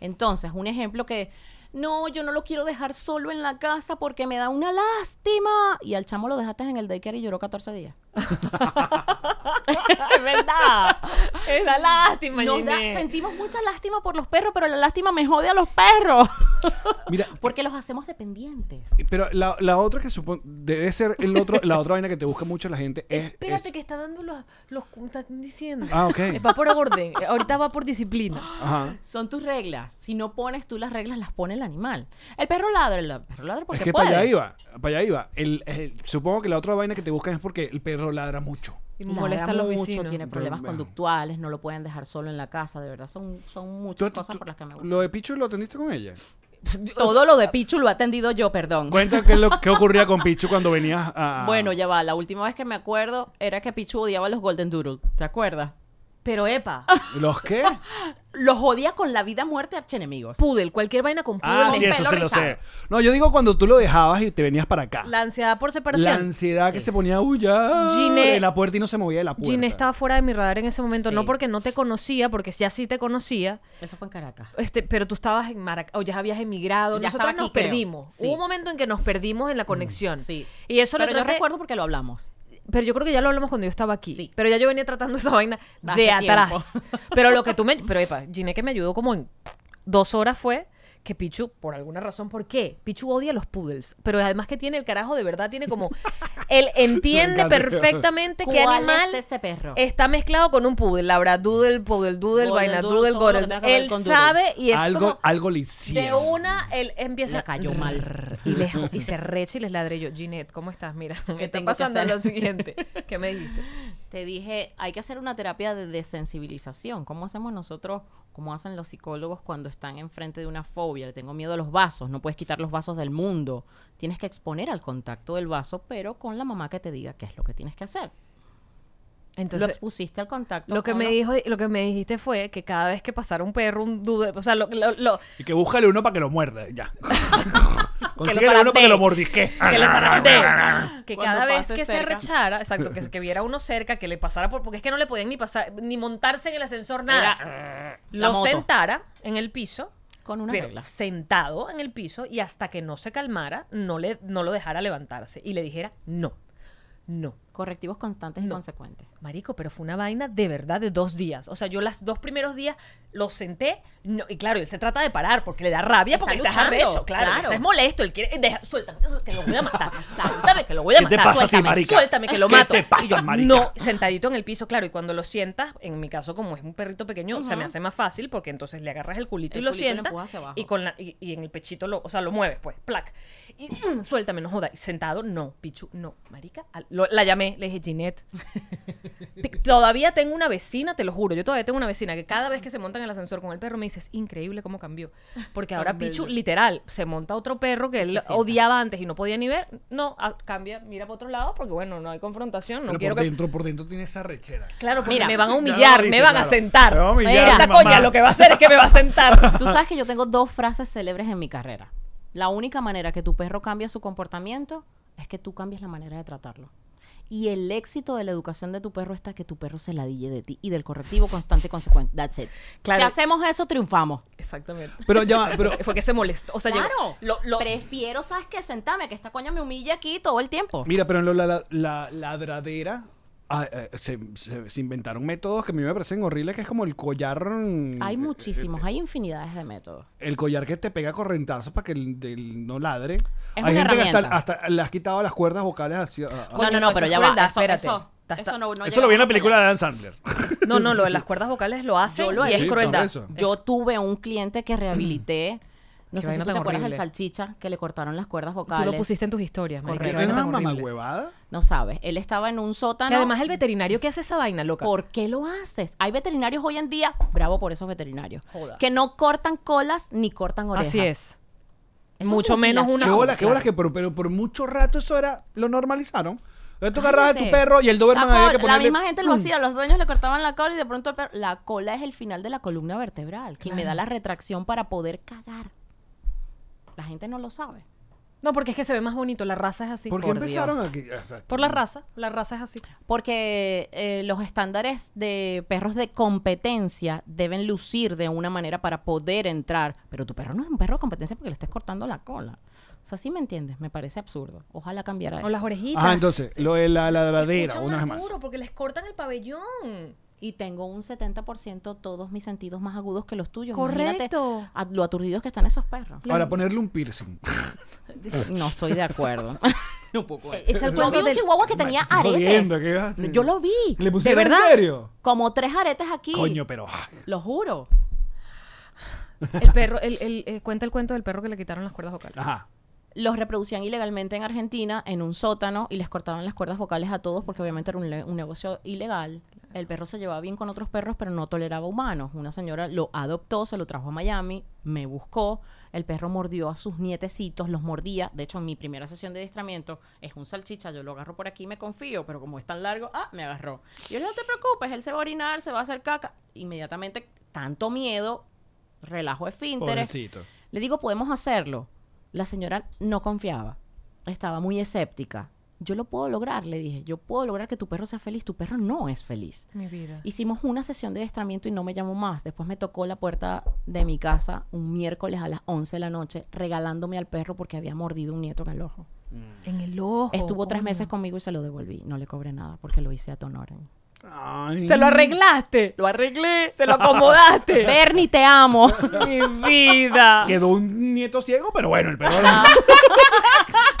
Speaker 5: Entonces, un ejemplo que, no, yo no lo quiero dejar solo en la casa porque me da una lástima. Y al chamo lo dejaste en el daycare y lloró 14 días.
Speaker 2: es verdad. Es la lástima,
Speaker 5: Nos da-
Speaker 2: Ginette.
Speaker 5: sentimos mucha lástima por los perros, pero la lástima me jode a los perros.
Speaker 4: Mira,
Speaker 5: porque los hacemos dependientes.
Speaker 4: Pero la, la otra que supone debe ser el otro, la otra vaina que te busca mucho la gente es.
Speaker 2: Espérate
Speaker 4: es-
Speaker 2: que está dando los, los están diciendo.
Speaker 4: Ah, ok.
Speaker 2: Va por orden. eh, Ahorita va por disciplina.
Speaker 4: Ajá.
Speaker 5: Son tus reglas. Si no pones tú las reglas, las pone el animal. El perro ladra, el perro ladra porque
Speaker 4: es que
Speaker 5: puede.
Speaker 4: para allá iba, para allá iba. El- el- supongo que la otra vaina que te buscan es porque el perro ladra mucho.
Speaker 2: Y
Speaker 5: Ladra
Speaker 2: molesta a los
Speaker 5: mucho,
Speaker 2: vecinos.
Speaker 5: tiene problemas
Speaker 4: Broma.
Speaker 5: conductuales, no lo pueden dejar solo en la casa, de verdad, son, son
Speaker 4: ¿Tú-
Speaker 5: muchas
Speaker 4: tú-
Speaker 5: cosas
Speaker 4: tú-
Speaker 5: por las que me
Speaker 4: ¿Lo de Pichu lo atendiste con ella?
Speaker 5: Todo lo de Pichu lo ha atendido yo, perdón.
Speaker 4: Cuenta qué, es lo, qué ocurría con Pichu cuando venías a...
Speaker 5: Bueno, ya va, la última vez que me acuerdo era que Pichu odiaba los Golden Doodle, ¿te acuerdas?
Speaker 2: Pero epa,
Speaker 4: ¿Los qué?
Speaker 5: Los odia con la vida, muerte, archenemigos.
Speaker 2: pudel, cualquier vaina con pudel.
Speaker 4: Ah,
Speaker 5: con
Speaker 4: sí, eso
Speaker 5: pelo
Speaker 4: se lo sé.
Speaker 5: rizado.
Speaker 4: No, yo digo cuando tú lo dejabas y te venías para acá.
Speaker 2: La ansiedad por
Speaker 4: La
Speaker 2: separación.
Speaker 4: ansiedad que se ponía a huyar
Speaker 2: Giné-
Speaker 4: en la puerta y no se movía de la puerta.
Speaker 2: Gine estaba fuera de mi radar en ese momento,
Speaker 5: Sí.
Speaker 2: no porque no te conocía, porque ya sí te conocía,
Speaker 5: Eso fue en Caracas.
Speaker 2: este, pero tú estabas en Maracay, o ya habías emigrado,
Speaker 5: Ya
Speaker 2: nosotros
Speaker 5: estaba
Speaker 2: nos
Speaker 5: aquí, creo.
Speaker 2: perdimos.
Speaker 5: Sí. Mm,
Speaker 2: Hubo un momento en que nos perdimos en la conexión.
Speaker 5: Sí.
Speaker 2: Y eso
Speaker 5: Pero
Speaker 2: lo
Speaker 5: yo
Speaker 2: traté-
Speaker 5: recuerdo porque lo hablamos.
Speaker 2: Pero yo creo que ya lo hablamos cuando yo estaba aquí.
Speaker 5: Sí.
Speaker 2: Pero ya yo venía tratando esa vaina
Speaker 5: Hace
Speaker 2: de atrás.
Speaker 5: tiempo.
Speaker 2: Pero lo que tú me. Pero epa, Gine que me ayudó como en dos horas fue que Pichu, por alguna razón, ¿por qué? Pichu odia los poodles. Pero además que tiene el carajo, de verdad, tiene como. Él entiende
Speaker 4: encanta.
Speaker 2: perfectamente qué
Speaker 5: ¿Cuál
Speaker 2: animal.
Speaker 5: es ese perro?
Speaker 2: Está mezclado con un poodle, Labra Doodle, Poodle Doodle,
Speaker 5: Golden
Speaker 2: Vaina
Speaker 5: Doodle,
Speaker 2: Doodle,
Speaker 5: todo lo que
Speaker 2: Golden
Speaker 5: tenga que ver
Speaker 2: Él
Speaker 5: con Doodle.
Speaker 2: sabe y es
Speaker 4: algo,
Speaker 2: como
Speaker 4: algo le hicieron.
Speaker 2: de una, él empieza
Speaker 5: Le cayó mal.
Speaker 2: y, le- y se recha y les ladré yo. Ginette, ¿cómo estás? Mira, me está
Speaker 5: tengo que
Speaker 2: pasando
Speaker 5: hacer?
Speaker 2: lo siguiente. ¿Qué me dijiste?
Speaker 5: Te dije, hay que hacer una terapia de desensibilización. ¿Cómo hacemos nosotros, como hacen los psicólogos cuando están enfrente de una fobia? Le tengo miedo a los vasos, no puedes quitar los vasos del mundo. Tienes que exponer al contacto del vaso, pero con la mamá que te diga qué es lo que tienes que hacer. lo
Speaker 2: Entonces,
Speaker 5: expusiste al contacto.
Speaker 2: lo que
Speaker 5: con
Speaker 2: me
Speaker 5: la-
Speaker 2: dijo, lo que me dijiste fue que cada vez que pasara un perro, un dude, o sea, lo, lo- lo-
Speaker 4: Y que búscale uno para que lo muerda, ya. Consíguele uno
Speaker 2: zarandee.
Speaker 4: para que lo mordisque. Ah,
Speaker 2: que lo zarandee, que
Speaker 5: Cuando
Speaker 2: cada vez
Speaker 5: pase
Speaker 2: que se
Speaker 5: cerca.
Speaker 2: rechara, exacto, que, que viera uno cerca, que le pasara por, porque es que no le podían ni pasar, ni montarse en el ascensor nada,
Speaker 5: la
Speaker 2: lo
Speaker 5: moto.
Speaker 2: sentara en el piso.
Speaker 5: Con una
Speaker 2: pero
Speaker 5: regla.
Speaker 2: sentado en el piso y hasta que no se calmara, no, le, no lo dejara levantarse y le dijera no, no.
Speaker 5: Correctivos constantes y
Speaker 2: No.
Speaker 5: consecuentes.
Speaker 2: Marico, pero fue una vaina de verdad de dos días. O sea, yo los dos primeros días lo senté no- y claro, él se trata de parar porque le da rabia
Speaker 5: Está
Speaker 2: porque estás
Speaker 5: luchando,
Speaker 2: arrecho. Claro,
Speaker 5: claro.
Speaker 2: estás molesto. Él quiere, deja- suéltame, que, su- que lo voy a matar. suéltame, que lo voy a
Speaker 4: ¿Qué te
Speaker 2: matar.
Speaker 4: pasa a ti,
Speaker 2: suéltame,
Speaker 4: marica?
Speaker 2: suéltame, que lo
Speaker 4: ¿Qué
Speaker 2: mato.
Speaker 4: te
Speaker 2: Y
Speaker 4: pasa,
Speaker 2: yo,
Speaker 4: marica?
Speaker 2: No, sentadito en el piso, claro. Y cuando lo sientas, en mi caso, como es un perrito pequeño, se me hace más fácil porque entonces le agarras el culito
Speaker 5: El
Speaker 2: y lo
Speaker 5: culito y lo
Speaker 2: sientas.
Speaker 5: empujas hacia abajo.
Speaker 2: Y, con la, y, y en el pechito lo, o sea, lo mueves, pues, plac. Y mm, suéltame, no joda. Y sentado, no, Pichu, no, marica. Al- lo- la llamé, le dije, Ginette. Te- todavía tengo una vecina, te lo juro, yo todavía tengo una vecina que cada vez que se monta en el ascensor con el perro me dice, es increíble cómo cambió. Porque ahora Pichu, literal, se monta otro perro que él
Speaker 5: sienta.
Speaker 2: odiaba antes y no podía ni ver. No, ah, cambia, mira para otro lado porque, bueno, no hay confrontación, no
Speaker 4: Pero
Speaker 2: quiero
Speaker 4: por
Speaker 2: que...
Speaker 4: dentro, por dentro tiene esa rechera.
Speaker 2: Claro, porque
Speaker 5: Mira,
Speaker 2: me van a
Speaker 4: ya
Speaker 2: humillar,
Speaker 4: lo dice,
Speaker 2: me van
Speaker 4: claro.
Speaker 2: a sentar.
Speaker 4: Me van a humillar,
Speaker 2: Mira, esta
Speaker 4: mi mamá.
Speaker 2: coña lo que va a hacer es que me va a sentar.
Speaker 5: Tú sabes que yo tengo dos frases célebres en mi carrera. La única manera que tu perro cambia su comportamiento es que tú cambies la manera de tratarlo. Y el éxito de la educación de tu perro está que tu perro se ladille de ti y del correctivo constante y consecuente. That's it.
Speaker 2: Claro.
Speaker 5: Si hacemos eso, triunfamos.
Speaker 2: Exactamente.
Speaker 4: Pero ya va, pero...
Speaker 2: Fue que se molestó. O sea, llegó- lo- lo-
Speaker 5: Prefiero, ¿sabes qué? Sentarme, que esta coña me humilla aquí todo el tiempo.
Speaker 4: Mira, pero en lo- la, la- la ladradera... ah, eh, se, se- se inventaron métodos que a mí me parecen horribles, que es como el collar... mm,
Speaker 5: Hay muchísimos, hay infinidades de métodos.
Speaker 4: El collar que te pega correntazos para que el, el no ladre.
Speaker 5: Es
Speaker 4: Hay
Speaker 5: una
Speaker 4: gente que hasta,
Speaker 5: herramienta.
Speaker 4: hasta le has quitado las cuerdas vocales ah, hacia... a- a-
Speaker 5: No, no, no, pero ya va.
Speaker 2: crueldad,
Speaker 5: Eso,
Speaker 2: espérate.
Speaker 5: eso-
Speaker 2: Ta- ta-
Speaker 5: eso no, no
Speaker 4: Eso lo vi en la
Speaker 5: llegamos
Speaker 4: película
Speaker 5: allá.
Speaker 4: de Dan Sandler.
Speaker 2: No, no, lo de las cuerdas vocales lo hace
Speaker 5: Yo lo he
Speaker 2: y es
Speaker 5: visto.
Speaker 2: crueldad.
Speaker 4: Eso.
Speaker 5: Yo tuve un cliente que rehabilité. No
Speaker 2: Qué
Speaker 5: sé si
Speaker 2: vaina
Speaker 5: tú te
Speaker 2: tan
Speaker 5: acuerdas del
Speaker 2: horrible.
Speaker 5: salchicha que le cortaron las
Speaker 2: Mm.
Speaker 5: cuerdas
Speaker 2: Tú
Speaker 5: vocales.
Speaker 2: lo pusiste en tus historias, marica,
Speaker 5: Correcto.
Speaker 2: qué
Speaker 4: ¿Es
Speaker 5: Era
Speaker 2: vaina
Speaker 4: una
Speaker 2: tan horrible.
Speaker 4: mamahuevada?
Speaker 5: No sabes. Él estaba en un sótano.
Speaker 2: Que además el veterinario que hace esa vaina, loca.
Speaker 5: ¿Por qué lo haces? Hay veterinarios hoy en día, bravo por esos veterinarios,
Speaker 2: Joda.
Speaker 5: que no cortan colas ni cortan orejas.
Speaker 2: Así es.
Speaker 5: Eso es
Speaker 2: Mucho menos
Speaker 5: mutilación.
Speaker 2: una-
Speaker 4: Qué
Speaker 2: No,
Speaker 4: bolas, qué bolas,
Speaker 2: claro.
Speaker 4: que pero, pero por mucho rato eso era, lo normalizaron. Entonces tú agarrabas a tu
Speaker 5: Cállate.
Speaker 4: perro y el Doberman
Speaker 5: la,
Speaker 4: había que
Speaker 5: col- la
Speaker 4: ponerle...
Speaker 5: misma gente lo hacía, los dueños le cortaban la cola y de pronto el perro- la cola es el final de la columna vertebral, que me da la retracción para poder cagar. La gente no lo sabe.
Speaker 2: No, porque es que se ve más bonito. La raza es así.
Speaker 4: ¿Por qué
Speaker 2: Por-
Speaker 4: empezaron aquí? O sea,
Speaker 2: Por la raza. La raza es así.
Speaker 5: Porque eh, los estándares de perros de competencia deben lucir de una manera para poder entrar. Pero tu perro no es un perro de competencia porque le estés cortando la cola. O sea, sí me entiendes, me parece absurdo. Ojalá cambiara
Speaker 2: O
Speaker 5: eso.
Speaker 2: las orejitas.
Speaker 4: Ah, entonces, lo de la ladradera,
Speaker 2: Escuchan
Speaker 4: una vez más.
Speaker 2: duro porque les cortan el pabellón.
Speaker 5: Y tengo un 70% todos mis sentidos más agudos que los tuyos.
Speaker 2: Correcto.
Speaker 5: Imagínate a- lo aturdidos que están esos perros.
Speaker 4: Ahora, ponerle un piercing.
Speaker 5: No estoy de acuerdo. no puedo.
Speaker 2: Eh, Echa el
Speaker 5: Yo vi
Speaker 2: cuento
Speaker 5: un
Speaker 2: del...
Speaker 5: chihuahua que tenía
Speaker 4: Estoy
Speaker 5: aretes.
Speaker 4: jodiendo, ¿qué vas a hacer?
Speaker 5: Yo lo vi.
Speaker 4: ¿Le pusieron
Speaker 2: verdad?
Speaker 4: en serio?
Speaker 5: Como tres aretes aquí.
Speaker 4: Coño, pero... ah,
Speaker 5: Lo juro.
Speaker 2: El perro, el, el- eh, cuenta el cuento del perro que le quitaron las cuerdas vocales.
Speaker 4: Ajá.
Speaker 5: los reproducían ilegalmente en Argentina en un sótano y les cortaban las cuerdas vocales a todos porque obviamente era un, le- un negocio ilegal. El perro se llevaba bien con otros perros, pero no toleraba humanos. Una señora lo adoptó, se lo trajo a Miami, me buscó. El perro mordió a sus nietecitos, los mordía. De hecho, en mi primera sesión de adiestramiento es un salchicha, yo lo agarro por aquí, me confío, pero como es tan largo, ah, me agarró. Yo le digo, no te preocupes, él se va a orinar, se va a hacer caca. Inmediatamente, tanto miedo, relajo esfínteres.
Speaker 7: Pobrecito.
Speaker 5: Le digo, podemos hacerlo. La señora no confiaba. Estaba muy escéptica. Yo lo puedo lograr, le dije. Yo puedo lograr que tu perro sea feliz. Tu perro no es feliz.
Speaker 2: Mi vida.
Speaker 5: Hicimos una sesión de adiestramiento y no me llamó más. Después me tocó la puerta de mi casa un miércoles a las 11 de la noche regalándome al perro porque había mordido un nieto en el ojo.
Speaker 2: En el ojo.
Speaker 5: Estuvo tres
Speaker 4: Oh,
Speaker 2: coño.
Speaker 5: meses conmigo y se lo devolví. No le cobré nada porque lo hice a Tonoren.
Speaker 4: Ay.
Speaker 2: Se lo arreglaste. Lo arreglé. Se lo acomodaste.
Speaker 5: Bernie, te amo.
Speaker 2: Mi vida.
Speaker 4: Quedó un nieto ciego, pero bueno, el perro.
Speaker 5: Ah,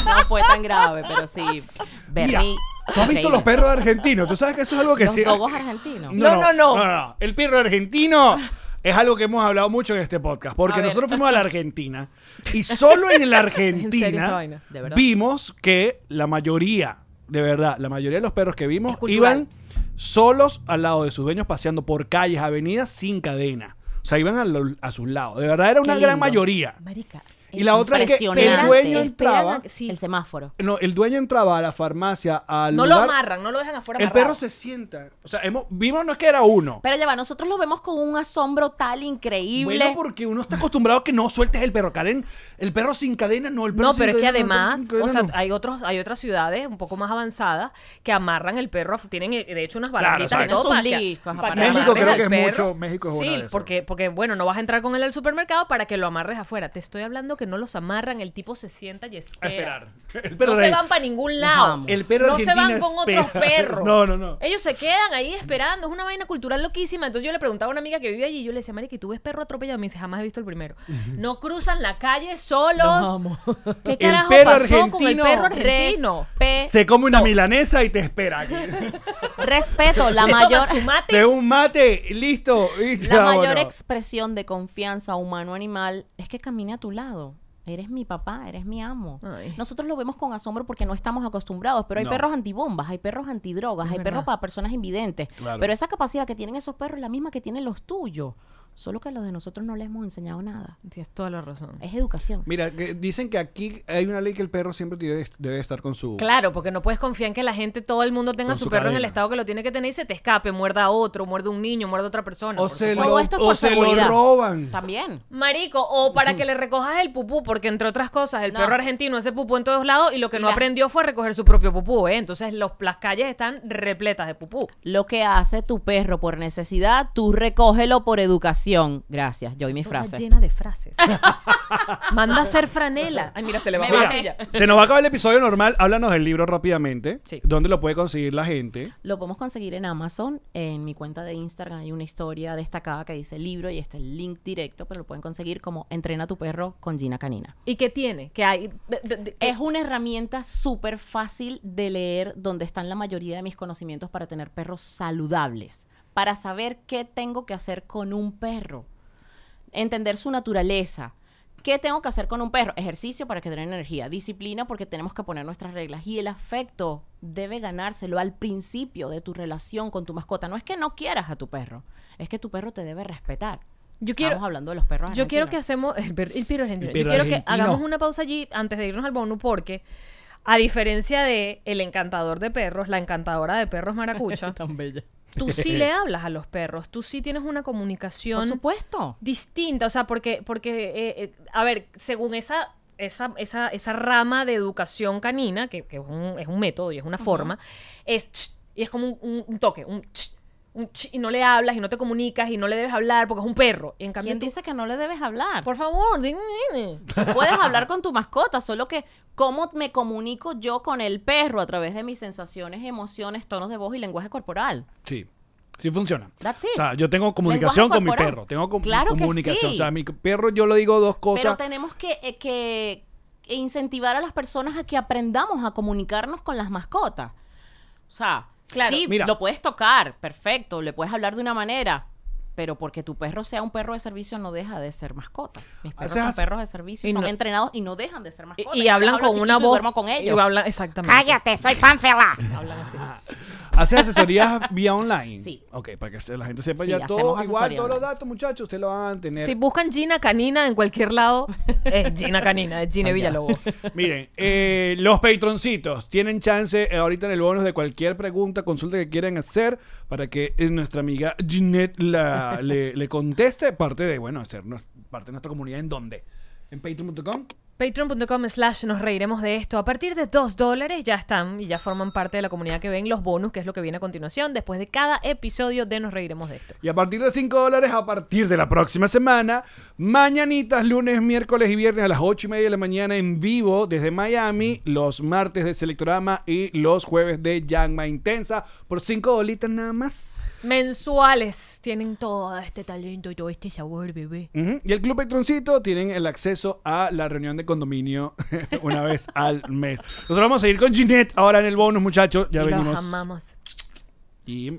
Speaker 5: no fue tan grave, pero sí.
Speaker 4: Mira,
Speaker 5: Bernie.
Speaker 4: ¿Tú has visto
Speaker 5: increíble.
Speaker 4: los perros argentinos? ¿Tú sabes que eso es algo que
Speaker 5: Los
Speaker 4: sí-
Speaker 5: dogos argentinos.
Speaker 2: No, no, no.
Speaker 4: El perro argentino es algo que hemos hablado mucho en este podcast. Porque
Speaker 5: A ver.
Speaker 4: nosotros fuimos a la Argentina. Y solo en
Speaker 2: serio
Speaker 4: la
Speaker 2: esta
Speaker 4: Argentina
Speaker 2: vaina,
Speaker 5: de verdad.
Speaker 4: vimos que la mayoría, de verdad, la mayoría de los perros que vimos
Speaker 2: Es cultural.
Speaker 4: iban solos al lado de sus dueños, paseando por calles, avenidas, sin cadena. O sea, iban a, lo- a sus lados. De verdad, era una gran
Speaker 5: lindo.
Speaker 4: mayoría.
Speaker 2: Marica.
Speaker 4: Y la otra es que el
Speaker 5: impresionante.
Speaker 4: dueño
Speaker 5: Esperan
Speaker 4: entraba.
Speaker 2: a- sí.
Speaker 5: El semáforo.
Speaker 4: No, el dueño entraba a la farmacia, al
Speaker 2: No lo
Speaker 4: lugar.
Speaker 2: amarran, no lo dejan afuera.
Speaker 4: el
Speaker 2: amarrado.
Speaker 4: perro se sienta. O sea, hemos, vimos no es que era uno.
Speaker 5: Pero ya va, nosotros lo vemos con un asombro tal increíble.
Speaker 4: Bueno, porque uno está acostumbrado a que no sueltes el perro, Karen. El perro sin cadena, no, el perro
Speaker 2: No,
Speaker 4: sin
Speaker 2: pero es que
Speaker 4: cadena, no, el perro
Speaker 2: además,
Speaker 4: sin cadena,
Speaker 2: o sea,
Speaker 4: no.
Speaker 2: hay otros, hay otras ciudades un poco más avanzadas que amarran el perro, tienen eh, de hecho unas
Speaker 4: Claro,
Speaker 2: barritas
Speaker 4: exacto.
Speaker 2: y todo
Speaker 5: Tienen
Speaker 2: para
Speaker 5: sus
Speaker 2: que,
Speaker 5: liscos,
Speaker 2: para que
Speaker 5: aparatos.
Speaker 2: amarres
Speaker 4: México creo
Speaker 2: al
Speaker 4: que es
Speaker 2: perro.
Speaker 4: mucho- México es
Speaker 2: sí,
Speaker 4: buena de eso.
Speaker 2: porque porque bueno, no vas a entrar con él al supermercado para que lo amarres afuera. Te estoy hablando que no los amarran, el tipo se sienta y espera.
Speaker 4: A esperar. El perro
Speaker 2: no se
Speaker 4: de ahí.
Speaker 2: van para ningún lado.
Speaker 5: amo.
Speaker 4: El perro
Speaker 2: no se van
Speaker 4: argentino
Speaker 2: con
Speaker 4: espera.
Speaker 2: otros perros.
Speaker 4: No, no, no.
Speaker 2: Ellos se quedan ahí esperando. Es una vaina cultural loquísima. Entonces yo le preguntaba a una amiga que vive allí. Yo le decía, Mari, que tú ves perro atropellado. Me dice, jamás he visto el primero. No cruzan la calle solos. ¿Qué carajo
Speaker 4: perro
Speaker 2: pasó con el
Speaker 4: argentino.
Speaker 2: perro argentino?
Speaker 5: Respe-
Speaker 4: Se come una milanesa y te espera. aquí.
Speaker 5: respeto, la
Speaker 2: Se toma
Speaker 5: mayor,
Speaker 2: su mate.
Speaker 4: Te un mate, listo. y
Speaker 5: la
Speaker 4: vámonos.
Speaker 5: mayor expresión de confianza humano-animal es que camine a tu lado. Eres mi papá, eres mi amo.
Speaker 2: Ay.
Speaker 5: Nosotros lo vemos con asombro porque no estamos acostumbrados, pero hay
Speaker 4: No.
Speaker 5: perros antibombas, hay perros antidrogas, hay perros
Speaker 2: verdad.
Speaker 5: para personas invidentes.
Speaker 4: Claro.
Speaker 5: Pero esa capacidad que tienen esos perros es la misma que tienen los tuyos, solo que a los de nosotros no les hemos enseñado nada.
Speaker 2: Tienes toda la razón.
Speaker 5: Es educación.
Speaker 4: Mira, que dicen que aquí hay una ley que el perro siempre tiene- debe estar con su.
Speaker 2: Claro, porque no puedes confiar en que la gente, todo el mundo tenga
Speaker 4: Con
Speaker 2: su,
Speaker 4: su
Speaker 2: perro en el
Speaker 4: cadena.
Speaker 2: estado que lo tiene que tener y se te escape, muerda a otro, muerda a un niño, muerda a otra persona.
Speaker 4: O
Speaker 2: por
Speaker 4: se
Speaker 2: supuesto.
Speaker 4: lo,
Speaker 5: Todo esto es por
Speaker 4: o se lo
Speaker 5: seguridad.
Speaker 4: roban.
Speaker 5: También.
Speaker 2: Marico, o para que le recojas el pupú, porque entre otras cosas, el
Speaker 5: No.
Speaker 2: perro argentino hace pupú en todos lados y lo que no
Speaker 5: Mira.
Speaker 2: aprendió fue a recoger su propio pupú, ¿eh? Entonces los, las calles están repletas de pupú.
Speaker 5: Lo que hace tu perro por necesidad, tú recógelo por educación. Gracias, yo y mi
Speaker 2: Está
Speaker 5: frase.
Speaker 2: llena de frases. Manda a hacer franela. Ay, mira, se le va
Speaker 5: Me
Speaker 2: a
Speaker 5: bajé.
Speaker 2: ella.
Speaker 4: Se nos va a acabar el episodio normal. Háblanos del libro rápidamente.
Speaker 2: Sí.
Speaker 4: ¿Dónde lo puede conseguir la gente?
Speaker 5: Lo podemos conseguir en Amazon. En mi cuenta de Instagram hay una historia destacada que dice libro y está el link directo, pero lo pueden conseguir como Entrena a tu perro con Gina Canina.
Speaker 2: ¿Y qué tiene? Que hay. de- de- de-
Speaker 5: Eh, Es una herramienta súper fácil de leer donde están la mayoría de mis conocimientos para tener perros saludables, para saber qué tengo que hacer con un perro, entender su naturaleza. ¿Qué tengo que hacer con un perro? Ejercicio para que drene energía, disciplina porque tenemos que poner nuestras reglas y el afecto debe ganárselo al principio de tu relación con tu mascota. No es que no quieras a tu perro, es que tu perro te debe respetar.
Speaker 2: Yo quiero-
Speaker 5: Estamos hablando de los perros.
Speaker 2: Yo quiero que
Speaker 5: argentinos.
Speaker 2: hacemos el, per- el piro argentino.
Speaker 4: El piro
Speaker 2: Yo quiero que
Speaker 4: argentino.
Speaker 2: hagamos una pausa allí antes de irnos al bono porque a diferencia de el encantador de perros, la encantadora de perros maracucha,
Speaker 5: tan bella.
Speaker 2: tú sí le hablas a los perros, tú sí tienes una comunicación
Speaker 5: Por supuesto.
Speaker 2: distinta, o sea, porque, porque eh, eh, a ver, según esa, esa, esa, esa rama de educación canina, que, que es, un, es un método y es una forma, es ch, y es como un, un- un toque, un ch, un ch, y no le hablas y no te comunicas y no le debes hablar porque es un perro. Y en cambio
Speaker 5: ¿Quién
Speaker 2: tú,
Speaker 5: dice que no le debes hablar?
Speaker 2: por favor, di- nene.
Speaker 5: Puedes hablar con tu mascota, solo que cómo me comunico yo con el perro a través de mis sensaciones, emociones, tonos de voz y lenguaje corporal.
Speaker 4: Sí. Sí funciona.
Speaker 5: That's it.
Speaker 4: O sea, yo tengo comunicación
Speaker 5: Lenguaje
Speaker 4: con mi
Speaker 5: corporal.
Speaker 4: perro. Tengo com-
Speaker 5: Claro que
Speaker 4: comunicación.
Speaker 5: sí.
Speaker 4: O sea, mi perro yo le digo dos
Speaker 5: Pero
Speaker 4: cosas.
Speaker 5: tenemos que, eh, que incentivar a las personas a que aprendamos a comunicarnos con las mascotas. O sea,
Speaker 2: Claro.
Speaker 5: sí,
Speaker 4: Mira.
Speaker 5: lo puedes tocar, perfecto, le puedes hablar de una manera, Pero porque tu perro sea un perro de servicio no deja de ser mascota. Mis perros
Speaker 4: O sea,
Speaker 5: son perros de servicio,
Speaker 2: y
Speaker 5: son
Speaker 2: no-
Speaker 5: entrenados y no dejan de ser
Speaker 2: Y,
Speaker 5: mascotas.
Speaker 2: y
Speaker 5: Ah, Yo les
Speaker 2: hablan
Speaker 5: hablo
Speaker 2: con una
Speaker 5: chiquito y
Speaker 2: voz.
Speaker 5: duermo con
Speaker 2: Y
Speaker 5: ellos.
Speaker 2: hablan, exactamente.
Speaker 7: Cállate, soy panfela.
Speaker 2: Hablan así.
Speaker 4: ¿Haces asesorías vía online?
Speaker 5: Sí.
Speaker 4: Ok, para que la gente sepa
Speaker 5: Sí,
Speaker 4: ya
Speaker 5: hacemos
Speaker 4: todo. Igual
Speaker 5: asesoría
Speaker 4: todos los
Speaker 5: online.
Speaker 4: datos, muchachos, ustedes lo van a tener.
Speaker 2: Si buscan Gina Canina en cualquier lado, es Gina Canina, es Gina Villalobos.
Speaker 4: Miren, eh, los patroncitos tienen chance eh, ahorita en el bonus de cualquier pregunta, consulta que quieran hacer para que eh, nuestra amiga Ginette la- le, le conteste. Parte de, bueno, ser nos- parte de nuestra comunidad en donde. En patreon.com.
Speaker 2: Patreon.com slash nos reiremos de esto. A partir de 2 dólares ya están y ya forman parte de la comunidad que ven los bonus, que es lo que viene a continuación, después de cada episodio de Nos reiremos de esto.
Speaker 4: Y a partir de 5 dólares, a partir de la próxima semana, mañanitas, lunes, miércoles y viernes a las 8 y media de la mañana en vivo desde Miami, los martes de Selectorama y los jueves de Yangma Intensa por 5 dolitas nada más.
Speaker 2: Mensuales tienen todo este talento y todo este sabor, bebé.
Speaker 4: Ujú. Y el Club Patroncito tienen el acceso a la reunión de condominio una vez al mes. Nosotros vamos a seguir con Ginette ahora en el bonus, muchachos. Ya
Speaker 2: y
Speaker 4: venimos.
Speaker 2: los amamos.
Speaker 4: Y...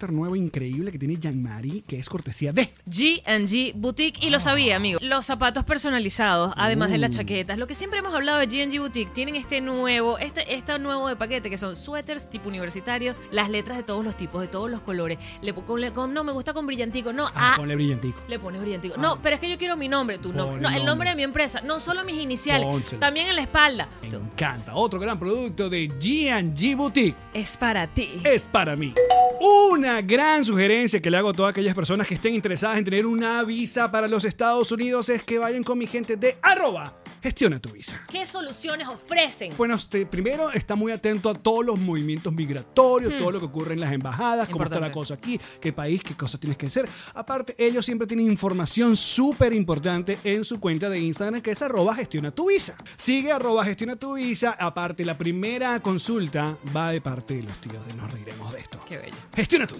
Speaker 4: nuevo increíble que tiene Jean-Marie, que es cortesía de...
Speaker 2: G&G Boutique y lo sabía, amigo. Los zapatos personalizados, además de las chaquetas, lo que siempre hemos hablado de G&G Boutique, tienen este nuevo, este, este nuevo de paquete que son suéteres tipo universitarios, las letras de todos los tipos, de todos los colores. Le pongo le- con- no me gusta con brillantico, no,
Speaker 4: Ah,
Speaker 2: ah,
Speaker 4: ponle brillantico.
Speaker 2: le pones brillantico. No, pero es que yo quiero mi nombre, tu nombre,
Speaker 4: Pon
Speaker 2: no,
Speaker 4: el
Speaker 2: el
Speaker 4: nombre.
Speaker 2: nombre de mi empresa, no solo mis iniciales,
Speaker 4: Pónselo.
Speaker 2: también en la espalda.
Speaker 4: Me encanta. Otro gran producto de G&G Boutique
Speaker 2: Es para ti.
Speaker 4: es para mí. Una gran sugerencia que le hago a todas aquellas personas que estén interesadas en tener una visa para los Estados Unidos es que vayan con mi gente de arroba gestiona tu visa.
Speaker 2: ¿Qué soluciones ofrecen?
Speaker 4: Bueno, usted primero está muy atento a todos los movimientos migratorios, todo lo que ocurre en las embajadas, cómo está la
Speaker 2: Importante.
Speaker 4: cosa aquí, qué país, qué cosas tienes que hacer. Aparte, ellos siempre tienen información súper importante en su cuenta de Instagram, que es arroba gestiona tu visa. Sigue arroba gestiona tu visa. Aparte, la primera consulta va de parte de los tíos de Nos Reiremos de Esto.
Speaker 2: Qué bello.
Speaker 4: Gestiona tu